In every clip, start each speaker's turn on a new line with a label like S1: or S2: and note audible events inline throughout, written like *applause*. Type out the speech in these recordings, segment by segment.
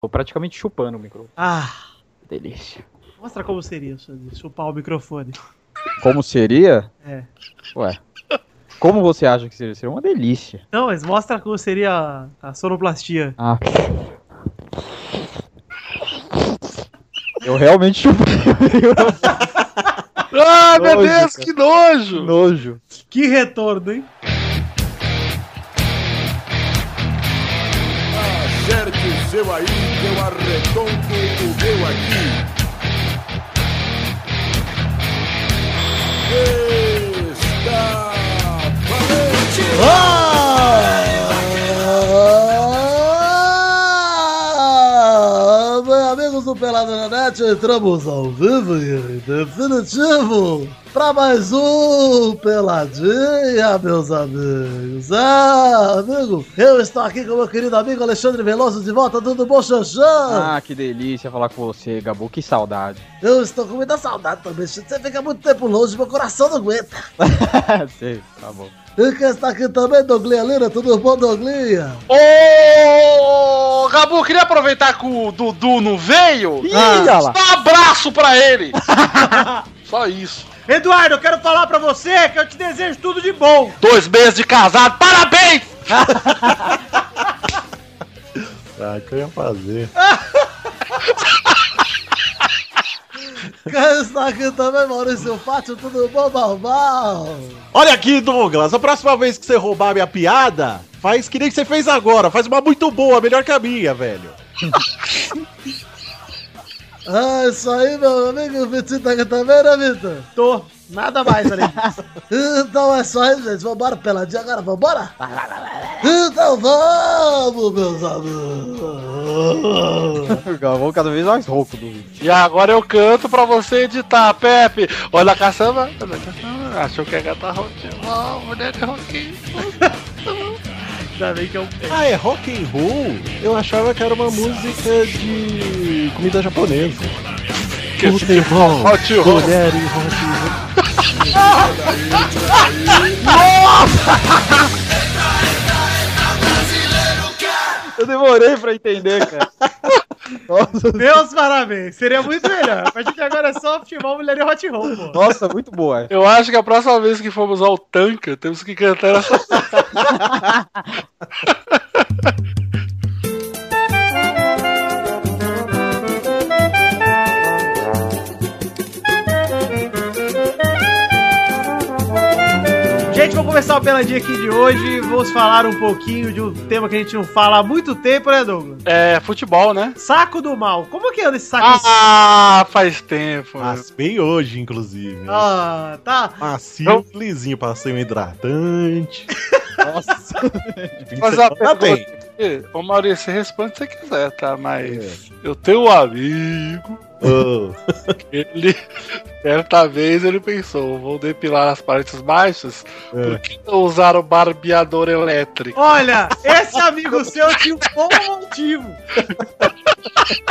S1: Tô praticamente chupando o microfone.
S2: Ah,
S1: Delícia.
S2: mostra como seria isso de chupar o microfone.
S1: Como seria?
S2: É.
S1: Ué. Como você acha que seria? Seria uma delícia.
S2: Não, mas mostra como seria a, a sonoplastia.
S1: Ah. Eu realmente chupei.
S3: Ah, meu
S1: Nojo,
S3: Deus,
S1: cara.
S3: que nojo!
S1: Nojo.
S2: Que retorno, hein?
S4: Acerte o seu aí, que eu arredondo o meu aqui. Está valente!
S5: Ah! Bem, amigos do Pelado na Net, entramos ao vivo e em definitivo para mais um Peladinha, meus amigos. Ah, amigo, eu estou aqui com meu querido amigo Alexandre Veloso de volta, tudo bom, Xanxan?
S1: Ah, que delícia falar com você, Gabu. Que saudade. *laughs*
S5: Eu estou com muita saudade também, Xan. você fica muito tempo longe, meu coração não aguenta.
S1: Sei, tá bom.
S5: E quem está aqui também, Doglinha Lira, tudo bom, Doglinha?
S3: Ô, Gabu, queria aproveitar que o Dudu não veio.
S1: Ih, olha lá.
S3: Dá um abraço pra *laughs* ele! Só isso.
S2: Eduardo, eu quero falar pra você que eu te desejo tudo de bom.
S3: Dois meses de casado, parabéns!
S6: Ah, o que eu ia fazer?
S5: Quem está aqui também, Maurício Fátio, tudo bom, Balbal?
S6: Olha aqui, Douglas, a próxima vez que você roubar minha piada, faz que nem que você fez agora, faz uma muito boa, melhor que a minha, velho.
S5: Ah, isso aí, meu amigo. O Vitinho tá aqui também, né, Vitor?
S2: Tô. Nada mais além disso.
S5: Então é só aí, gente. Vambora, peladinha agora, vambora? Então vamos, meus amigos.
S1: O Gabu cada vez mais rouco do vídeo.
S3: E agora eu canto pra você editar, Pepe. Olha a caçamba. Olha a caçamba. Achou que é gata rock and roll, mulher de rock.
S2: Ainda bem que eu.
S5: *laughs*
S6: Ah, é rock and roll? Eu achava que era uma música de comida japonesa.
S3: Que
S6: Futebol,
S3: rock and roll.
S6: mulher e rock and roll.
S1: Eu demorei pra entender, cara. Nossa,
S2: Meus parabéns. Seria muito melhor. A partir de agora é só futebol, mulher e hot roll, pô.
S1: nossa, muito boa.
S3: Eu acho que a próxima vez que formos ao tanca, temos que cantar essa.
S2: Gente, vou começar o peladinha aqui de hoje. Vou falar um pouquinho de um tema que a gente não fala há muito tempo, né, Douglas?
S3: É, futebol, né?
S2: Saco do mal. Como que anda esse saco do mal?
S3: Ah, faz tempo. meu.
S6: Mas bem hoje, inclusive. né?
S2: Ah, tá.
S6: Macio,
S3: Não.
S6: lisinho, passei um *laughs* hidratante.
S1: Nossa.
S3: Mas a
S6: Tá bem. É.
S3: pergunta- é, Ô Maurício, você responde se você quiser, tá? Mas eu tenho um amigo,
S6: Oh.
S3: ele. *laughs* Certa vez ele pensou, vou depilar as partes baixas, por que não usar o barbeador elétrico?
S2: Olha, esse amigo seu tinha um bom motivo.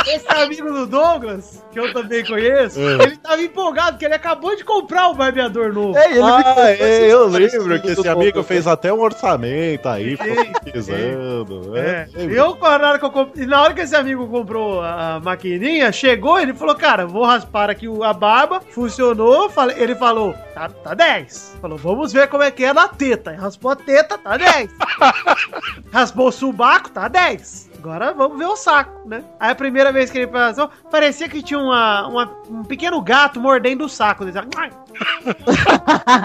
S2: Esse amigo do Douglas, que eu também conheço,
S6: É.
S2: ele tava empolgado, porque ele acabou de comprar o barbeador novo.
S1: É, ele me contou
S6: Ah, é,
S1: essa
S6: eu
S1: história
S6: lembro que
S1: do
S6: esse
S1: Tom,
S6: amigo
S1: cara.
S6: fez até um orçamento aí,
S2: Sim,
S6: ficou pesquisando.
S2: É.
S6: né? Lembro.
S2: Eu, na hora, que eu comp- e na hora que esse amigo comprou a a maquininha, chegou, ele falou, cara, vou raspar aqui o- a barba, funcionou, falei- ele falou, tá, tá 10. Falou, vamos ver como é que é na teta. Aí Raspou a teta, tá 10. Raspou o subaco, tá 10. Agora vamos ver o saco, né? Aí a primeira vez que ele passou, parecia que tinha uma, uma- um pequeno gato mordendo o saco. Ele dizia, "Ai". *laughs*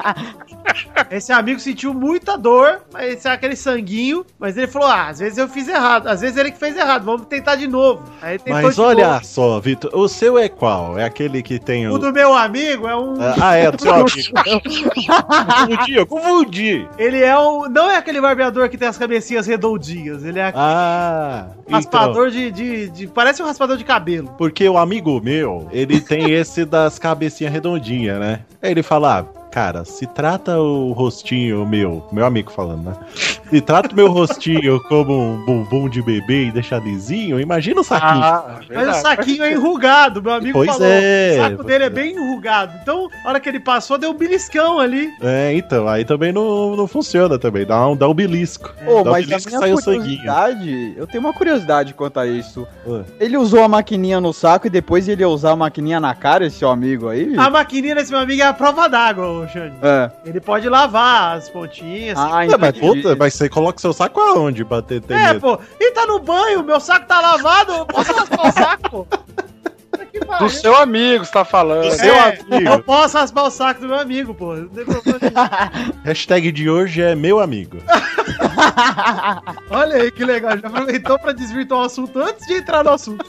S2: Esse amigo sentiu muita dor, mas sabe, aquele sanguinho, mas ele falou: ah, às vezes eu fiz errado, às vezes ele que fez errado, vamos tentar de novo. Aí ele tentou
S6: Mas
S2: de
S6: olha
S2: novo.
S6: só, Vitor, o seu é qual? É aquele que tem o.
S2: O do meu amigo é um.
S6: Ah, é, do seu amigo. confundi, eu confundi.
S2: Ele é um. Não é aquele barbeador que tem as cabecinhas redondinhas, ele é aquele
S6: Ah, então,
S2: raspador de, de, de- Parece um raspador de cabelo.
S6: porque o amigo meu, ele tem esse das cabecinhas redondinhas, né? Aí ele fala, ah, Cara, se trata o rostinho meu, meu amigo falando, né? Se trata o meu rostinho como um bumbum de bebê e deixar lisinho, imagina o saquinho.
S3: Ah,
S2: Mas o
S3: verdade.
S2: saquinho é enrugado, meu amigo
S6: Pois
S2: falou.
S6: é,
S2: o saco dele é
S6: pois é.
S2: bem enrugado. Então, a hora que ele passou, deu um beliscão ali.
S6: É, então, aí também não, não funciona também, dá um, dá um belisco.
S1: Ô,
S6: dá um
S1: mas a
S6: belisco que
S1: minha
S6: sai o sanguinho.
S1: curiosidade, eu tenho uma curiosidade quanto a isso.
S6: Ué.
S1: Ele usou a maquininha no saco e depois ele ia usar a maquininha na cara, esse seu amigo aí?
S2: A maquininha desse meu amigo é a prova d'água, ô Xande.
S1: É.
S2: Ele pode lavar as pontinhas.
S1: Ah,
S6: É, mas,
S1: entendi.
S6: puta, mas você coloca seu saco aonde pra ter, ter
S2: é,
S6: medo?
S2: pô. E tá no banho, meu saco tá lavado, eu posso raspar o saco. pô. Puta que pariu.
S3: Do seu amigo, você tá falando.
S6: Do seu
S2: É, Eu
S6: amigo.
S2: posso raspar o saco do meu amigo, pô. Não tem problema nenhum.
S6: Hashtag de hoje é meu amigo.
S2: Olha aí que legal, já aproveitou pra desvirtuar o assunto antes de entrar no assunto.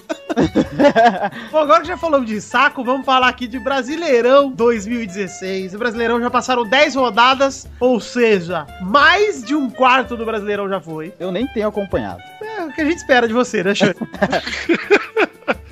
S2: Bom, agora que já falamos de saco, vamos falar aqui de Brasileirão 2016. O Brasileirão já passaram 10 rodadas, ou seja, mais de um quarto do Brasileirão já foi.
S1: *laughs* Eu nem tenho acompanhado.
S2: É o que a gente espera de você, né, Xande?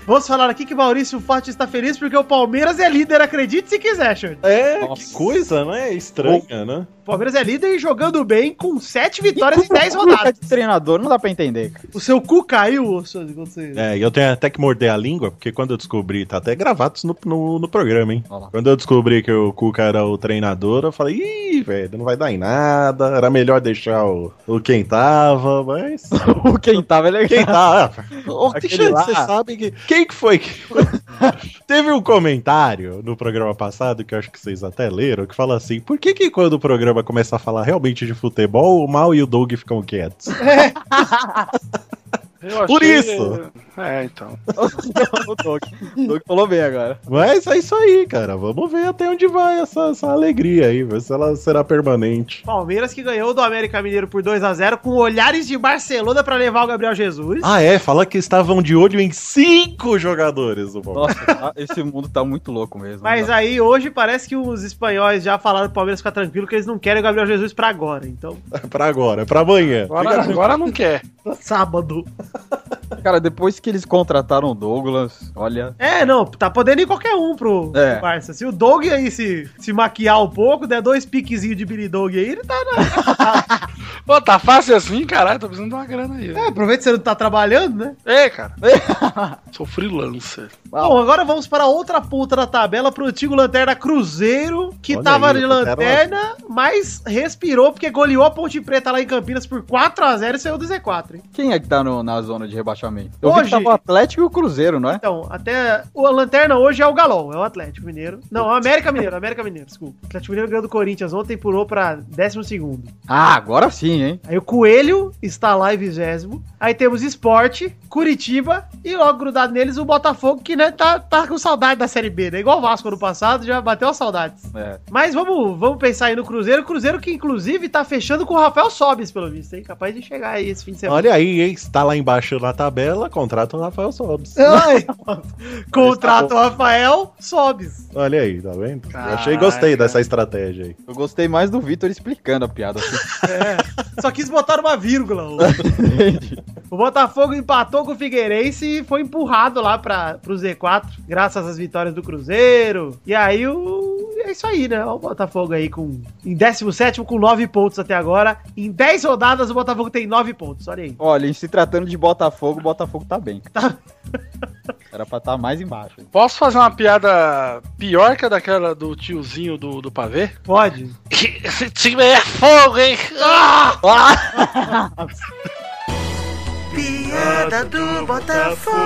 S2: Vamos falar aqui que Maurício Forte está feliz porque o Palmeiras é líder, acredite se quiser, Xande.
S6: É,
S1: Nossa.
S6: que coisa, né? Estranha, né?
S2: O Palmeiras é líder e jogando bem com 7 vitórias em 10 rodadas.
S1: de treinador, não dá pra entender. cara. *laughs*
S2: O seu cu caiu, ô, Xande, quando você...
S6: É, e eu tenho até que morder a língua, porque quando eu descobri, tá até gravado isso no, no, no programa, hein?
S1: Olha lá.
S6: Quando eu descobri que o Cuca era o treinador, eu falei, ih, velho, não vai dar em nada, era melhor deixar o, o quem tava, mas.
S1: o quem tava é legal.
S6: Quem *laughs* tá? Ô,
S1: Aquele
S6: Cristiano,
S1: lá.
S6: você sabe que. Quem que foi que. *laughs* Teve um comentário no programa passado, que eu acho que vocês até leram, que fala assim: por que, que quando o programa começa a falar realmente de futebol, o Mal e o Doug ficam quietos? *laughs*
S3: Eu
S6: Por
S3: achei-
S6: isso.
S3: É, então.
S1: o Doug. O Doug falou bem agora.
S6: Mas é isso aí, cara. Vamos ver até onde vai essa, essa alegria aí, ver se ela será permanente.
S2: Palmeiras que ganhou do América Mineiro por 2 a 0 com olhares de Barcelona pra levar o Gabriel Jesus.
S6: Ah, é, fala que estavam de olho em cinco jogadores do Palmeiras.
S1: Nossa, tá- esse mundo tá muito louco mesmo.
S2: mas
S1: Não
S2: aí hoje parece que os espanhóis já falaram pro Palmeiras ficar tranquilo que eles não querem o Gabriel Jesus pra agora. Então,
S6: É *laughs* pra agora, é pra amanhã.
S3: Agora, agora não quer.
S2: sábado.
S1: dá. Cara, depois que eles contrataram o Douglas, olha.
S2: É, não, tá podendo ir qualquer um pro,
S1: É.
S2: pro Barça. Se o Doug aí se, se maquiar um pouco, der dois piquezinhos de Billy Doug aí, ele tá.
S3: Pô, tá fácil assim, caralho, tô precisando de uma grana aí.
S2: É, aproveita que você não tá trabalhando, né?
S3: Ei, cara. *laughs* Sou freelancer.
S1: Ah.
S2: Bom, agora vamos para outra ponta da tabela, pro antigo Lanterna Cruzeiro, que
S6: Olha
S2: tava
S6: aí,
S2: de
S6: eu quero
S2: lanterna, mas respirou porque goleou a Ponte Preta lá em Campinas por 4x0 e saiu do Z4. hein?
S1: Quem é que tá no- na zona de rebaixamento? Eu vi
S2: Hoje-
S1: que tava o Atlético e o Cruzeiro, não é?
S2: Então, até o a Lanterna hoje é o Galol, é o Atlético Mineiro. Não, é o América Mineiro, América Mineiro, desculpa. O Atlético Mineiro ganhou do Corinthians ontem e pulou pra 12º.
S1: Ah, agora sim, hein?
S2: Aí o Coelho está lá em vigésimo. Aí temos Esporte, Curitiba e logo grudado neles o Botafogo, que né, tá, tá com saudade da Série B, né? Igual o Vasco ano passado, já bateu as saudades.
S1: É.
S2: Mas vamos, vamos pensar aí no Cruzeiro. Cruzeiro que, inclusive, tá fechando com o Rafael Sobis, pelo visto, hein? Capaz de chegar aí esse fim de semana.
S6: Olha aí, hein? Está lá embaixo na tabela, contrata o Rafael Sobis.
S2: Ai, Contrata o Rafael Sobis.
S6: Olha aí, tá vendo?
S2: Caraca.
S6: Achei gostei dessa estratégia aí.
S1: Eu gostei mais do Vitor explicando a piada. assim. *laughs*
S2: É. Só quis botar uma vírgula. ô.
S1: Entendi.
S2: O Botafogo empatou com o Figueirense e foi empurrado lá para pro Z4, graças às vitórias do Cruzeiro. E aí o é isso aí, né? Ó O Botafogo aí com em 17 com 9 pontos até agora. Em 10 rodadas o Botafogo tem 9 pontos. Olha aí.
S1: Olha, em se tratando de Botafogo, o Botafogo tá bem. Era pra estar mais embaixo.
S3: Posso fazer uma piada pior que a daquela do tiozinho do, do pavê?
S2: Pode.
S3: Esse time é fogo, hein? Ah!
S7: Piada do Botafogo.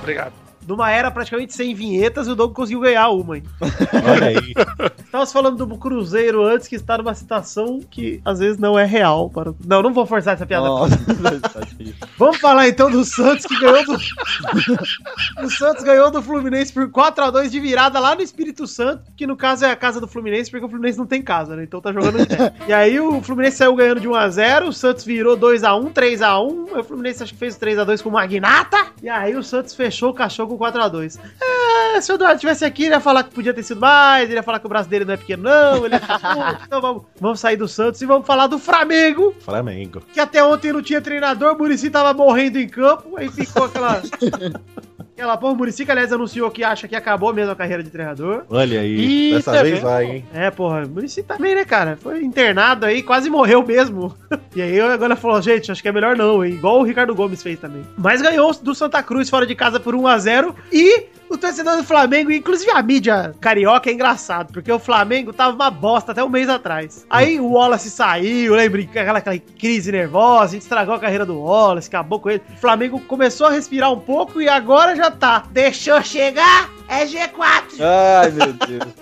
S3: Obrigado.
S2: Numa era praticamente sem vinhetas, o Doug conseguiu ganhar uma, hein?
S6: Olha aí.
S2: Estávamos falando do Cruzeiro antes, que está numa situação que às vezes não é real. Para... Não, não vou forçar essa piada.
S1: Nossa, *laughs* tá difícil.
S2: Vamos falar então do Santos que ganhou do. *laughs* o Santos ganhou do Fluminense por 4x2 de virada lá no Espírito Santo, que no caso é a casa do Fluminense, porque o Fluminense não tem casa, né? Então tá jogando de E aí o Fluminense saiu ganhando de 1x0, o Santos virou 2x1, 3x1. aí O Fluminense acho que fez o 3x2 com o Magnata. E aí o Santos fechou o cachorro com 4x2. É, se o Eduardo estivesse aqui, ele ia falar que podia ter sido mais, ele ia falar que o braço dele não é pequeno, não. Ele ia falar, então vamos, vamos sair do Santos e vamos falar do Flamengo
S6: Flamengo.
S2: que até ontem não tinha treinador, o Murici tava morrendo em campo, aí ficou aquela. Ela, pô, o Muricy, que, aliás, anunciou que acha que acabou mesmo a carreira de treinador.
S6: Olha aí,
S3: Ih,
S6: dessa
S3: tá
S6: vez
S3: vendo?
S6: vai, hein?
S2: É, porra, o Muricy também, né, cara? Foi internado aí, quase morreu mesmo. *laughs* E aí agora falou, gente, acho que é melhor não, hein? Igual o Ricardo Gomes fez também. Mas ganhou do Santa Cruz fora de casa por 1x0 e o torcedor do Flamengo, inclusive a mídia carioca, é engraçado, porque o Flamengo tava uma bosta até um mês atrás. Aí o Wallace saiu, lembra? Aquela, aquela crise nervosa, a gente estragou a carreira do Wallace, acabou com ele. O Flamengo começou a respirar um pouco e agora já tá. Deixou chegar, é G4.
S1: Ai, meu Deus.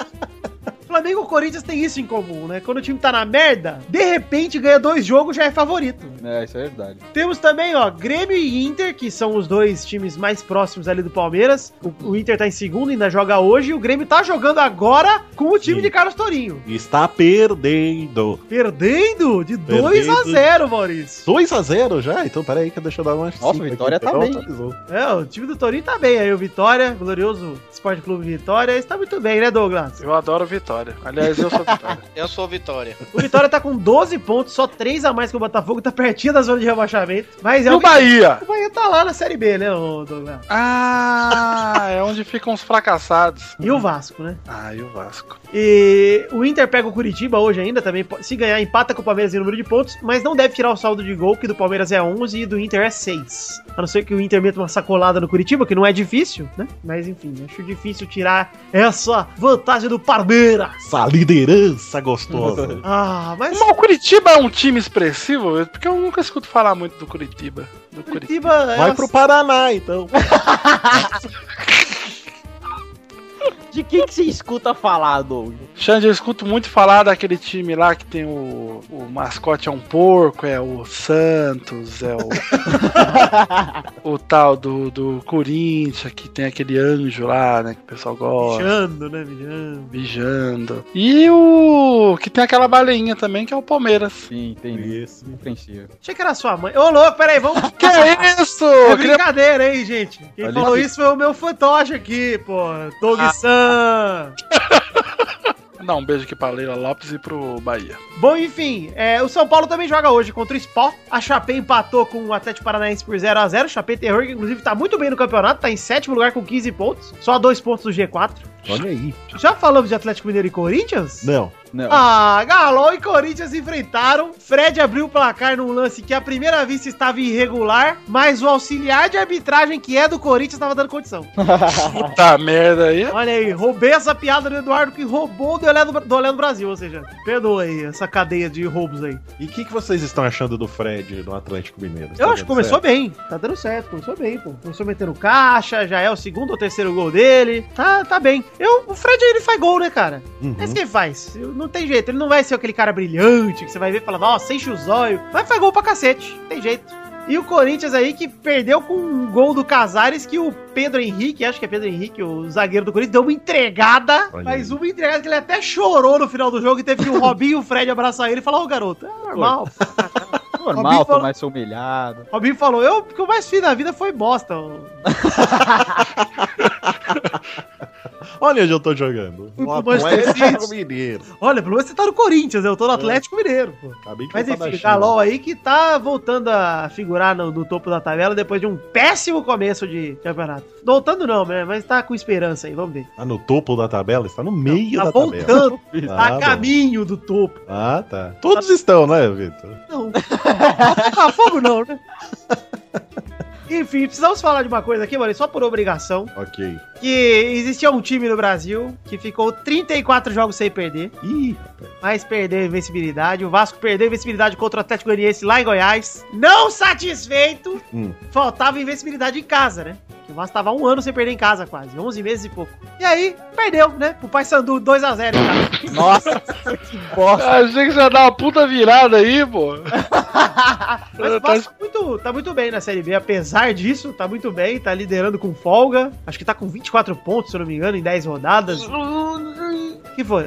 S2: Flamengo e Corinthians tem isso em comum, né? Quando o time tá na merda, de repente ganha dois jogos, já é favorito.
S1: É, isso é verdade.
S2: Temos também, ó, Grêmio e Inter, que são os dois times mais próximos ali do Palmeiras. O, o Inter tá em segundo, ainda joga hoje. E o Grêmio tá jogando agora com o time
S6: Sim.
S2: de Carlos Torinho.
S6: Está perdendo.
S2: Perdendo de
S6: Perdendo.
S2: 2 a 0 Maurício.
S6: 2x0 já? Então peraí que deixa eu dar uma.
S1: Nossa,
S6: cinco
S1: Vitória
S6: aqui, então.
S1: tá
S6: não,
S1: bem.
S2: É, o time do Torinho tá bem aí. O Vitória, glorioso Esporte Clube Vitória, está muito bem, né, Douglas?
S3: Eu adoro Vitória. Aliás, *laughs* eu sou Vitória.
S8: Eu sou Vitória.
S2: O Vitória tá com 12 pontos, só 3 a mais que o Botafogo, tá pertinho da zona de rebaixamento. Mas é
S3: E o
S2: Vitória.
S3: Bahia?
S2: O Bahia tá lá na Série B, né, ô Douglas?
S3: Ah, é onde ficam os fracassados.
S2: E o Vasco, né?
S3: Ah, e o Vasco.
S2: E o Inter pega o Curitiba hoje ainda também. po- Se ganhar, empata com o Palmeiras em número de pontos, mas não deve tirar o saldo de gol, que do Palmeiras é 11 e do Inter é 6. A não ser que o Inter meta uma sacolada no Curitiba, que não é difícil, né? Mas enfim, acho difícil tirar essa vantagem do Palmeiras.
S6: Essa
S2: *laughs*
S6: liderança gostosa.
S2: Ah, mas
S3: Mas o Curitiba é um time expressivo, porque eu nunca escuto falar muito do Curitiba. Do
S2: o
S3: Curitiba.
S2: Curitiba é
S6: Vai
S2: uma-
S6: pro Paraná, então.
S1: De quem que você escuta falar, Doug?
S3: Xande, eu escuto muito falar daquele time lá que tem o, o mascote é um porco, é o Santos, é o. o tal do, do Corinthians, que tem aquele anjo lá, né? Que o pessoal gosta.
S2: Mijando, né? Mijando.
S3: Bijando. E o. que tem aquela baleinha também, que é o Palmeiras.
S1: Sim, entendi.
S6: Isso.
S1: Compreensível.
S2: Achei que era sua mãe. Ô, louco, peraí, vamos.
S6: *laughs*
S3: Que é isso?
S2: É
S3: Eu queria-
S2: brincadeira, hein, gente? Quem
S1: Olha
S2: falou
S1: aqui.
S2: isso foi o meu fantoche aqui, pô. Doug-san.
S3: Dá um beijo aqui pra Leila Lopes e pro Bahia.
S2: Bom, enfim, é, o São Paulo também joga hoje contra o Sport. A Chapé empatou com o Atlético Paranaense por 0 a 0 Chapé Terror, que inclusive tá muito bem no campeonato, tá em sétimo lugar com 15 pontos. Só dois pontos do G4.
S6: Olha aí.
S2: Já falamos de Atlético Mineiro e Corinthians?
S6: Não.
S1: Não.
S2: Ah, Galol e Corinthians se enfrentaram. Fred abriu o placar num lance que à primeira vista estava irregular, mas o auxiliar de arbitragem, que é do Corinthians, estava dando condição.
S3: Puta merda aí.
S2: Olha aí, roubei essa piada do Eduardo que roubou do Olé do, do, Olé do Brasil, ou seja, perdoa aí essa cadeia de roubos aí.
S6: E o que, que vocês estão achando do Fred no Atlético Mineiro?
S2: Eu acho que começou bem. Tá dando certo, começou bem, pô. Começou metendo caixa, já é o segundo ou terceiro gol dele. Tá, tá bem. Eu, o Fred, ele faz gol, né, cara?
S6: Uhum.
S2: É isso que ele faz. Não tem jeito. Ele não vai ser aquele cara brilhante que você vai ver e falar, nossa, enche os olhos. Mas faz gol pra cacete. Não Tem jeito. E o Corinthians aí que perdeu com um gol do Casares que o Pedro Henrique, acho que é Pedro Henrique, o zagueiro do Corinthians, deu uma entregada,
S6: Olha
S2: mas
S6: aí.
S2: uma entregada que ele até chorou no final do jogo e teve
S6: *laughs*
S2: que o Robinho e o Fred abraçar ele e falar, ô garoto, é normal, Robinho
S1: Normal,
S2: falou-
S1: tomar seu humilhado.
S2: Robinho falou, eu, o que eu mais fiz na vida foi bosta. O
S6: Olha onde eu tô jogando.
S2: pro
S6: O
S2: Manchester
S6: Atlético Mineiro.
S2: Olha, pelo menos você tá no Corinthians, eu tô no Atlético Mineiro, pô.
S6: Acabei de
S2: Mas
S6: voltar da
S2: enfim,
S6: China.
S2: Galol aí que tá voltando a figurar no, no topo da tabela depois de um péssimo começo de campeonato. Voltando não, né? Mas tá com esperança aí, vamos ver.
S6: Tá no topo da tabela? Está no meio
S2: tá
S6: da tabela.
S2: voltando, tá a
S6: bom.
S2: caminho do topo.
S6: Ah, tá. Todos estão, né, Vitor?
S2: Não. Botafogo não, né? Enfim, precisamos falar de uma coisa aqui, mano, só por obrigação.
S6: Ok.
S2: Que existia um time no Brasil que ficou 34 jogos sem perder.
S6: Ih,
S2: mas perdeu a invencibilidade. O Vasco perdeu a invencibilidade contra o Atlético Goianiense lá em Goiás. Não satisfeito,
S6: Hum.
S2: faltava invencibilidade em casa, né? O Vasco tava um ano sem perder em casa, quase. 11 meses e pouco. E aí, perdeu, né? Pro Paysandu, 2x0 em casa.
S1: Nossa, que bosta.
S3: Achei que você ia dar uma puta virada aí, pô.
S2: Mas o Vasco muito, tá muito bem na Série B, apesar disso, tá muito bem, tá liderando com folga. Acho que tá com 24 pontos, se eu não me engano, em 10
S3: Hum.
S2: rodadas. que foi?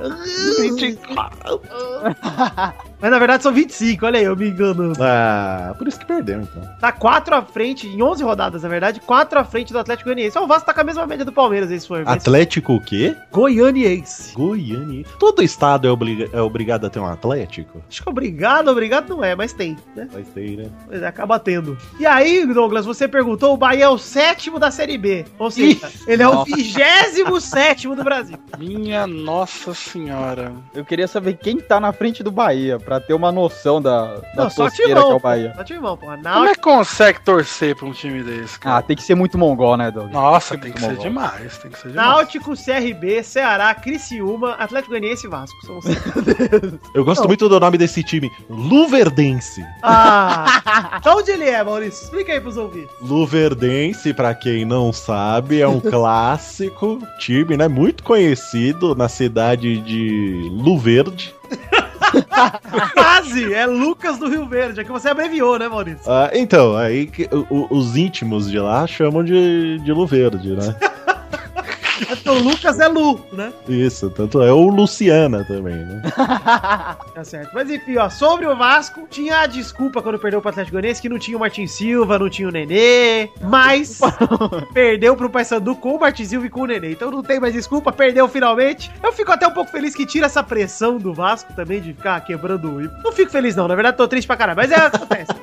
S2: Mas na verdade são 25, olha aí, eu me enganando.
S6: Ah, por isso que perdeu, então.
S2: Tá 4 à frente, em 11 rodadas, na verdade, 4 à frente do Atlético Goianiense. Ó, O Vasco tá com a mesma média do Palmeiras, esse foi. Esse
S6: Atlético o quê?
S2: Goianiense.
S6: Goiânia. Todo estado é, obliga- é obrigado a ter um Atlético?
S2: Acho que obrigado, obrigado não é, mas tem, né?
S6: Vai ter, né?
S2: Mas acaba tendo. E aí, Douglas, você perguntou, o Bahia é o sétimo da Série B. Ou seja, ele é o vigésimo sétimo do Brasil.
S3: Minha Nossa Senhora.
S1: Eu queria saber quem tá na frente do Bahia, pra ter uma noção da, da
S2: Não, só
S1: tosqueira que é
S2: timão.
S1: o Bahia.
S2: Só timão, Tá, porra.
S3: Como
S2: Náutico,
S3: é que consegue torcer pra um time desse,
S1: Ah,
S3: cara?
S1: tem que ser muito mongol, né, Doug?
S3: Nossa, Ah, tem que
S1: muito
S3: ser
S1: bom.
S3: demais, tem que ser demais.
S2: Náutico, CRB, Ceará, Criciúma, Atlético Goianiense e Vasco.
S3: *laughs*
S2: São os
S6: Eu gosto muito do nome desse time. Luverdense.
S2: Ah! Então onde ele é, Maurício? Explica aí pros
S3: *laughs*
S2: ouvintes.
S6: Luverdense, pra quem não sabe, é um clássico time, né? Muito conhecido na cidade de Luverde.
S2: Quase! É Lucas do Rio Verde. É que você abreviou, né, Maurício?
S6: Ah, então, aí que- o- o- os íntimos de lá chamam de, de Luverde, né?
S2: Então Lucas é Lu, né?
S6: Isso, tanto é o Luciana também, né?
S2: *laughs* Tá certo. Mas enfim, ó, sobre o Vasco, tinha a desculpa quando perdeu pro Atlético Goianiense que não tinha o Martin Silva, não tinha o Nenê,
S6: *laughs*
S2: mas perdeu pro Paysandu com o Martin Silva e com o Nenê. Então não tem mais desculpa, perdeu finalmente. Eu fico até um pouco feliz que tira essa pressão do Vasco também de ficar quebrando o... Não fico feliz não, na verdade tô triste pra caralho, mas é
S6: *laughs*
S2: acontece.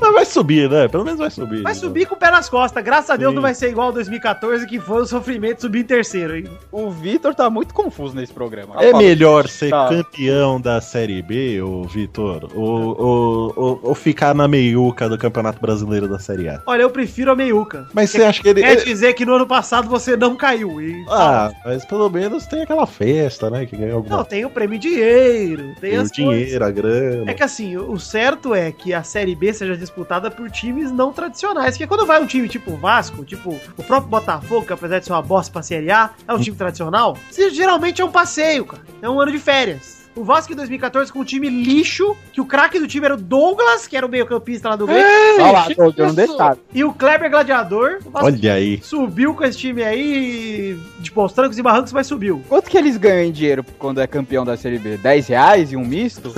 S6: Mas vai subir, né? Pelo menos vai subir.
S2: Vai subir com o pé nas costas. Graças a Deus
S6: Sim.
S2: não vai ser igual ao 2014, que foi o sofrimento subir em terceiro, hein?
S1: O Vitor tá muito confuso nesse programa.
S6: É melhor ser
S1: Tá.
S6: campeão da Série B, ô Vitor, ou, ou, ou, ou ficar na meiuca do Campeonato Brasileiro da Série A?
S2: Olha, eu prefiro a meiuca.
S6: Mas você acha que ele.
S2: Quer dizer que no ano passado você não caiu, hein?
S6: Ah, mas pelo menos tem aquela festa, né? Que ganha
S2: Não,
S6: alguma
S2: tem o prêmio em dinheiro, tem,
S6: coisa.
S2: as
S6: O dinheiro, né? a grana.
S2: É que assim, o o certo é que a Série B seja disputada por times não tradicionais. Porque quando vai um time tipo o Vasco, tipo o próprio Botafogo, que apesar de ser uma bosta pra Série A, é
S6: Hum.
S2: um time tradicional, se- geralmente é um passeio, cara. É um ano de férias. O Vasco em 2014 com um time lixo, que o craque do time era o Douglas, que era o meio-campista lá do Grêmio,
S6: É.
S1: Olha lá,
S3: que
S1: Doug, eu não
S3: isso?
S1: detalhe.
S2: e o Kleber Gladiador. O Vasco
S6: Olha aí.
S2: Subiu com esse time aí, tipo, aos trancos e barrancos, mas subiu.
S1: Quanto que eles ganham em dinheiro quando é campeão da Série B? 10 reais e um misto?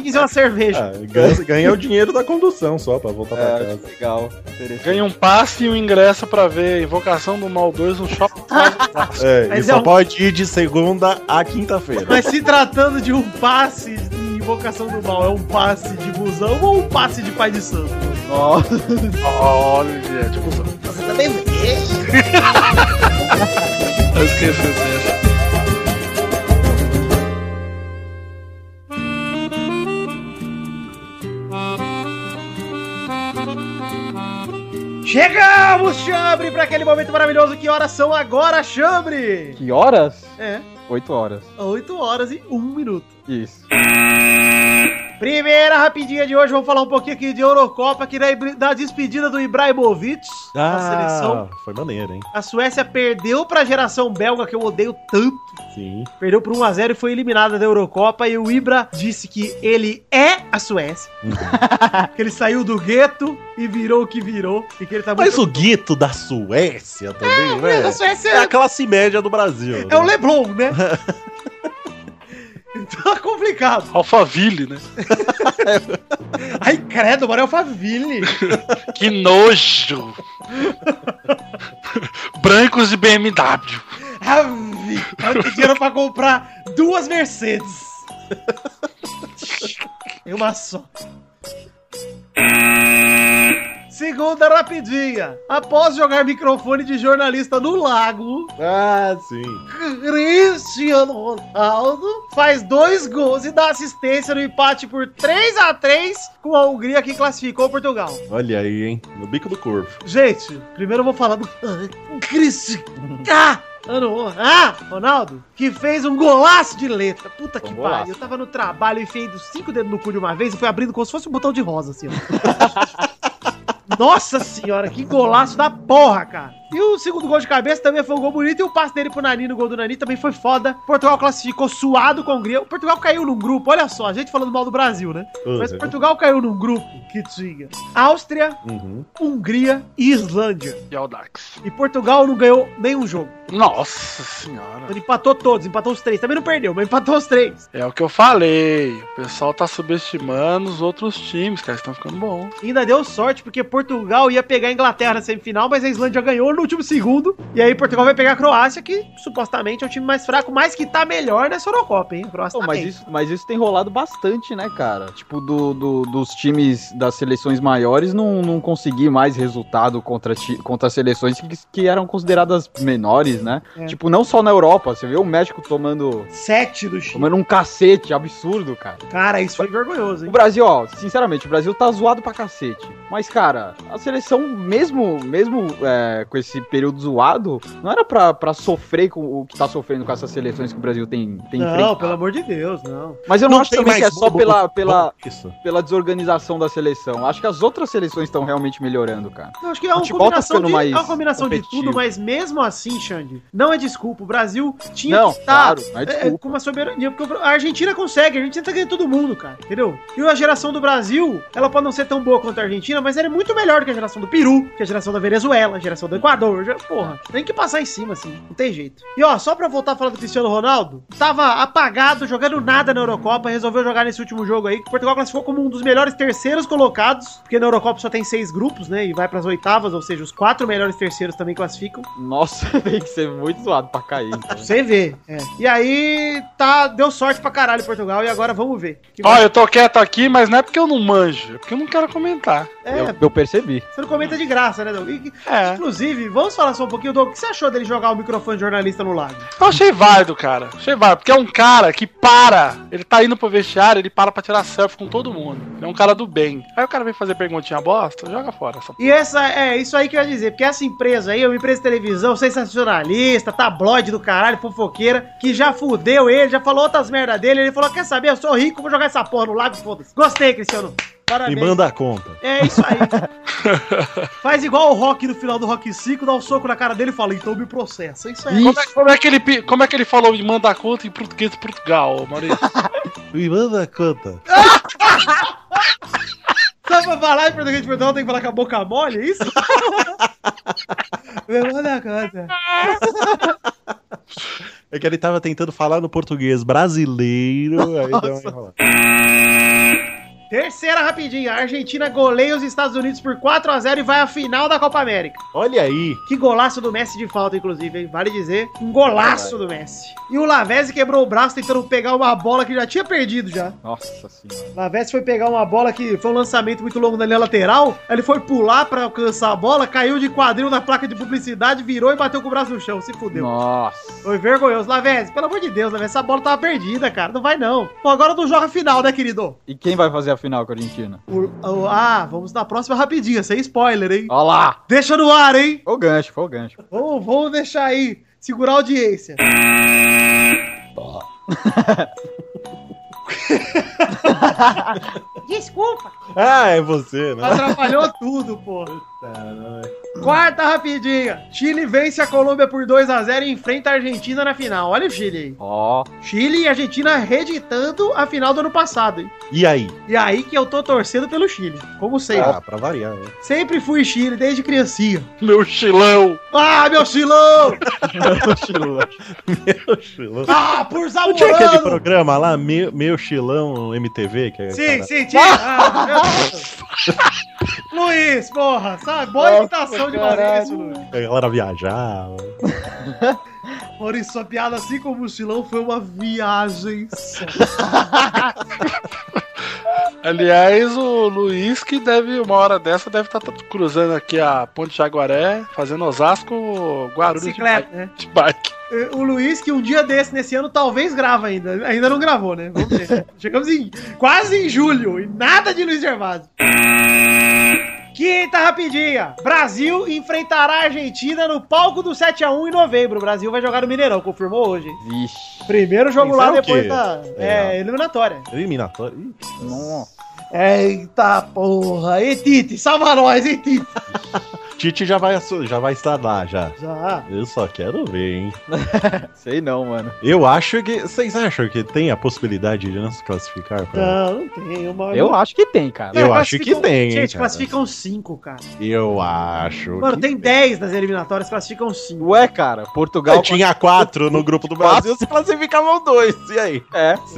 S2: 15 é uma cerveja.
S6: Ah, ganha, ganha o dinheiro da condução só pra voltar
S1: É.
S6: pra casa.
S1: Ah, legal. Interessante.
S3: Ganha um passe e um ingresso pra ver Invocação do Mal um 2 no shopping.
S6: É,
S2: Mas
S6: e
S2: é
S6: só
S2: um-
S6: pode ir de segunda a quinta-feira.
S2: Mas se tratando de um passe de invocação do mal, é um passe de busão ou um passe de pai de santo?
S1: Nossa.
S3: Olha, tipo,
S5: Você também
S3: eu esqueci dessa.
S2: Chegamos, Chambre, para aquele momento maravilhoso. Que horas são agora, Chambre?
S1: Que horas?
S2: É,
S1: 8 horas.
S2: 8 horas e 1 minuto.
S1: Isso.
S2: Primeira rapidinha de hoje, vamos falar um pouquinho aqui de Eurocopa, que da, da despedida do Ibrahimovic da seleção.
S6: Ah, foi maneiro, hein?
S2: A Suécia perdeu pra geração belga, que eu odeio tanto.
S6: Sim.
S2: Perdeu por 1x0 e foi eliminada da Eurocopa. E o Ibra disse que ele é a Suécia. *laughs* que ele saiu do gueto e virou o que virou. E que ele tá
S6: Mas o gueto da Suécia também,
S2: Mas
S6: né?
S2: a Suécia
S6: É a classe média do Brasil.
S2: é, o
S6: né?
S2: Leblon, né? então é complicado.
S3: Alphaville, né?
S2: Ai, credo, mano, é o Faville.
S3: Que nojo! *laughs* Brancos de BMW.
S2: Ave, cara tem dinheiro pra comprar duas Mercedes. e uma só. Segunda rapidinha. Após jogar microfone de jornalista no lago,
S6: Ah, sim.
S2: Cristiano Ronaldo faz dois gols e dá assistência no empate por 3 a 3 com a Hungria que classificou Portugal.
S6: Olha aí, hein? No bico do corvo.
S2: Gente, primeiro eu vou falar do *laughs* Cristiano ah, Ronaldo, que fez um golaço de letra. Puta que
S1: Um golaço.
S2: pariu. Eu tava no trabalho e enfiei dos cinco dedos no cu de uma vez e foi abrindo como se fosse um botão *laughs* de rosa, assim, ó. Nossa senhora, que golaço da porra, cara. E o segundo gol de cabeça também foi um gol bonito. E o passe dele pro Nani no gol do Nani também foi foda. Portugal classificou suado com a Hungria. O Portugal caiu num grupo, olha só, a gente falando mal do Brasil, né? Mas
S1: é.
S6: Uhum.
S2: Portugal caiu num grupo que tinha Áustria,
S6: Uhum.
S2: Hungria e Islândia.
S3: E é Audax.
S2: E Portugal não ganhou nenhum jogo.
S1: Ah.
S3: Nossa senhora.
S2: Ele empatou todos, empatou os três. Também não perdeu, mas empatou os três.
S3: É o que eu falei. O pessoal tá subestimando os outros times, cara. Estão ficando bons.
S2: E ainda deu sorte, porque Portugal ia pegar a Inglaterra na semifinal, mas a Islândia ganhou no último segundo. E aí Portugal vai pegar a Croácia, que supostamente é o time mais fraco, mas que tá melhor nessa Eurocopa, hein? A Croácia
S1: Pô,
S2: tá
S1: mas,
S2: bem.
S1: isso, mas isso tem rolado bastante, né, cara? Tipo, do, do- dos times das seleções maiores não, não conseguir mais resultado contra, ti- contra seleções que, que eram consideradas menores, né?
S2: É.
S1: Tipo, não só na Europa. Você vê o México tomando,
S2: Sete do Chile.
S1: tomando um cacete absurdo, cara.
S2: Cara, isso foi vergonhoso,
S1: O
S2: hein?
S1: Brasil, ó, sinceramente, o Brasil tá zoado pra cacete. Mas, cara, a seleção, mesmo, mesmo é, com esse período zoado, não era pra, pra sofrer com o que tá sofrendo com essas seleções que o Brasil tem, tem
S2: Não,
S1: enfrentado.
S2: pelo amor de Deus, não.
S1: Mas eu não,
S6: Não
S1: acho
S6: tem
S1: também
S6: mais
S1: que é só
S6: bobo.
S1: pela, pela,
S6: Isso.
S1: pela desorganização da seleção. Acho que as outras seleções estão realmente melhorando, cara.
S2: Eu acho que é uma
S1: Futebol tá
S2: combinação,
S1: ficando
S2: de,
S1: mais
S2: é uma combinação de
S1: competitivo.
S2: tudo, mas mesmo assim, Xande, não é desculpa. O Brasil tinha
S1: Não,
S2: que estar
S1: claro, não é
S2: é,
S1: desculpa.
S2: com uma soberania, porque a Argentina consegue, a Argentina tá ganhando todo mundo, cara, entendeu? E a geração do Brasil, ela pode não ser tão boa quanto a Argentina, mas ela é muito melhor que a geração do Peru, que a geração da Venezuela, a geração do Equador, já- porra, tem que passar em cima, assim, não tem jeito. E ó, só pra voltar a falar do Cristiano Ronaldo, tava apagado, jogando nada na Eurocopa, resolveu jogar nesse último jogo aí, que Portugal classificou como um dos melhores terceiros colocados, porque na Eurocopa só tem seis grupos, né, e vai pras oitavas, ou seja, os quatro melhores terceiros também classificam.
S1: Nossa, *laughs* tem que ser muito zoado pra cair. então.
S2: Você vê. É. E aí, tá, deu sorte pra caralho Portugal e agora vamos ver. Que
S3: Ó, eu tô quieto aqui, mas não é porque eu não manjo. É porque eu não quero comentar.
S2: é,
S1: eu, eu percebi.
S2: você não comenta de graça, né, Doug? E-
S3: É.
S2: Inclusive, vamos falar só um pouquinho, Doug, o que você achou dele jogar o microfone de jornalista no lago?
S3: Eu Então, achei válido, cara. Achei válido. Porque é um cara que para. Ele tá indo pro vestiário, ele para pra tirar selfie com todo mundo. Ele é um cara do bem. Aí o cara vem fazer perguntinha bosta, joga fora. Essa... p***.
S2: E essa, é isso aí que eu ia dizer, porque essa empresa aí é uma empresa de televisão sensacionalista, tabloide do caralho, fofoqueira, que já fudeu ele, já falou outras merda dele, ele falou, quer saber, eu sou rico, vou jogar essa porra no lago, foda-se. Gostei, Cristiano.
S6: Me
S2: Parabéns.
S6: manda a conta.
S2: É isso aí. *laughs* Faz igual o Rock no final do Rock 5, dá um soco na cara dele e fala, então me processa. É Isso aí.
S3: Como é, como é que ele, pi- como é que ele falou de manda conta em português de Portugal,
S2: *laughs*
S3: ô Maurício?
S6: Me manda a conta.
S2: Só pra falar em português de Portugal, tem que falar com a boca mole, é isso? me manda a conta.
S6: É que ele tava tentando falar no português brasileiro, aí deu uma enrolada.
S2: Terceira rapidinha. A Argentina goleia os Estados Unidos por 4x0 e vai à final da Copa América.
S6: Olha aí.
S2: Que golaço do Messi de falta, inclusive, hein? Vale dizer, um golaço do Messi. E o Lavezzi quebrou o braço tentando pegar uma bola que já tinha perdido já.
S1: Nossa senhora.
S2: Lavezzi foi pegar uma bola que foi um lançamento muito longo na linha lateral. aí Ele foi pular pra alcançar a bola, caiu de quadril na placa de publicidade, virou e bateu com o braço no chão. Se fudeu.
S1: Nossa.
S2: Foi vergonhoso. Lavezzi, pelo amor de Deus, Lavezzi, essa bola tava perdida, cara. Não vai não. Pô, agora não joga final, né, querido?
S1: E quem vai fazer a final com a Argentina?
S2: O- o- ah, vamos na próxima rapidinha, sem spoiler, hein?
S1: Olha lá.
S2: Deixa no ar, hein?
S1: Foi o gancho, foi o gancho.
S2: Vamos, vamos deixar aí. Segurar a audiência. Desculpa.
S6: Ah, é você, né?
S2: Atrapalhou tudo, pô. Quarta rapidinha. Chile vence a Colômbia por 2 a 0 e enfrenta a Argentina na final. Olha o Chile
S1: Ó.
S2: aí. Chile e Argentina reeditando a final do ano passado. hein?
S6: E aí?
S2: E aí que eu tô torcendo pelo Chile. Como sempre.
S6: Ah, pra variar, né?
S2: *laughs* Sempre fui Chile desde criancinha.
S3: Meu chilão.
S2: Ah, meu Chilão!
S6: Meu é chilão.
S2: Ah, por
S6: Não tinha aquele
S2: Zamorano!
S6: programa lá, meu, meu Chilão MTV? Que é,
S2: Sim,
S6: cara-
S2: sim, tinha. Ah, meu Deus. Luiz, porra, sabe? Boa
S1: Nossa,
S2: imitação de
S1: caralho.
S2: Maurício, Luiz.
S6: A galera viajava.
S2: Maurício, sua piada, assim como o mochilão, foi uma viagem só.
S3: Aliás, o Luiz, que deve, uma hora dessa, deve estar cruzando aqui a Ponte Jaguaré, fazendo Osasco, Guarulhos de
S2: Bicicleta,
S3: bike,
S2: né?
S3: de bike.
S2: Eh, O Luiz, que um dia desse, nesse ano, talvez grava ainda. Ainda não gravou, né? Vamos ver. Chegamos em quase em julho e nada de Luiz Gervásio. Quinta rapidinha. Brasil enfrentará a Argentina no palco do 7x1 em novembro. O Brasil vai jogar no Mineirão, confirmou hoje. hein?
S1: Vixe.
S2: Primeiro jogo
S6: Mas
S2: lá
S6: era o
S2: depois
S6: quê?
S2: da é, eliminatória.
S6: Eliminatório. Ih,
S1: Nossa.
S2: Eita porra. E Tite, salva nós, hein, Tite?
S6: Tite já vai, assu- já vai estar lá, já.
S2: Já.
S6: Eu só quero ver, hein?
S1: Sei não, mano.
S6: Eu acho que. Vocês acham que tem a possibilidade de não se classificar? Pra...
S2: Não, não tem. Uma...
S1: Eu acho que tem, cara.
S6: Eu
S2: Cara,
S6: acho que
S2: classificam-
S6: tem, hein,
S2: Gente,
S6: cara.
S2: classificam cinco, cara.
S6: Eu acho.
S2: Mano,
S6: que
S2: tem 10 nas eliminatórias, classificam cinco.
S1: Ué, cara, Portugal.
S6: É, tinha quatro no grupo do Brasil, se classificavam dois. E aí?
S1: É.
S6: 50%.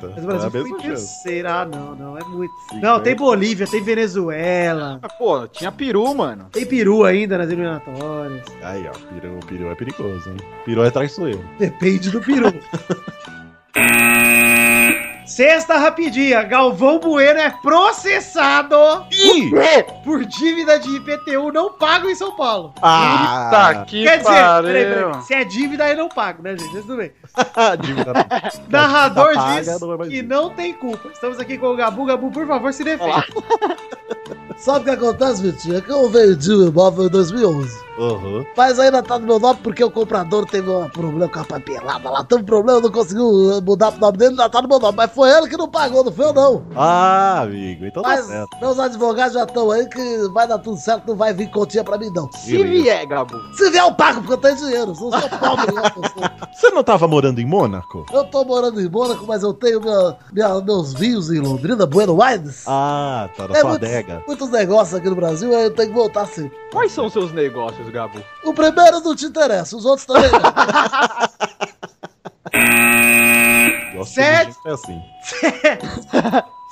S2: Mas
S6: Mas
S2: o Brasil foi em
S6: chance.
S2: terceiro. Ah, não, não, é muito.
S6: Sim,
S2: não,
S6: é.
S2: tem Bolívia, tem Venezuela,
S1: é, Pô, tinha peru, mano.
S2: tem Peru ainda nas eliminatórias.
S6: Aí, ó, peru, peru é perigoso, hein? Peru é traiçoeiro.
S2: Depende do peru. *laughs* Sexta rapidinha, Galvão Bueno é processado
S6: Ih!
S2: por dívida de IPTU não pago em São Paulo.
S6: Ah!
S3: Tá
S2: Ah.
S3: que
S2: Quer dizer,
S3: pariu.
S2: peraí, peraí, se é dívida aí não pago, né, gente? Mas tudo bem.
S6: dívida
S2: Narrador
S6: Tá paga,
S2: diz
S6: não é mais
S2: que
S6: isso.
S2: não tem culpa. Estamos aqui com o Gabu. Gabu, por favor, se defenda.
S5: Sabe o que acontece, Vitinho? É que eu vendi o imóvel em 2011.
S6: Uhum.
S5: Mas ainda tá no meu nome porque o comprador teve um problema com a papelada lá. Teve um problema, não conseguiu eh, mudar pro nome dele, ainda tá no meu nome. Mas foi ele que não pagou, não foi eu não.
S6: Ah, amigo, então tá
S5: Mas
S6: certo.
S5: meus advogados já estão aí que vai dar tudo certo, não vai vir continha pra mim não.
S1: Se vier, Gabu.
S5: Se vier eu pago porque eu tenho dinheiro, sou só pobre igual você.
S6: Você não tava morando em Mônaco?
S5: Eu tô morando em Mônaco, mas eu tenho minha- minha- meus vinhos em Londrina, Buenos Aires.
S6: Ah, tá na
S5: É
S6: sua
S5: muitos-
S6: adega.
S5: Muitos negócios aqui no Brasil, aí eu tenho que voltar sempre.
S1: Quais são os seus negócios, Gabu?
S5: O primeiro não te interessa, os outros também não.
S6: Gosto
S2: Certo.
S6: de gente que é assim.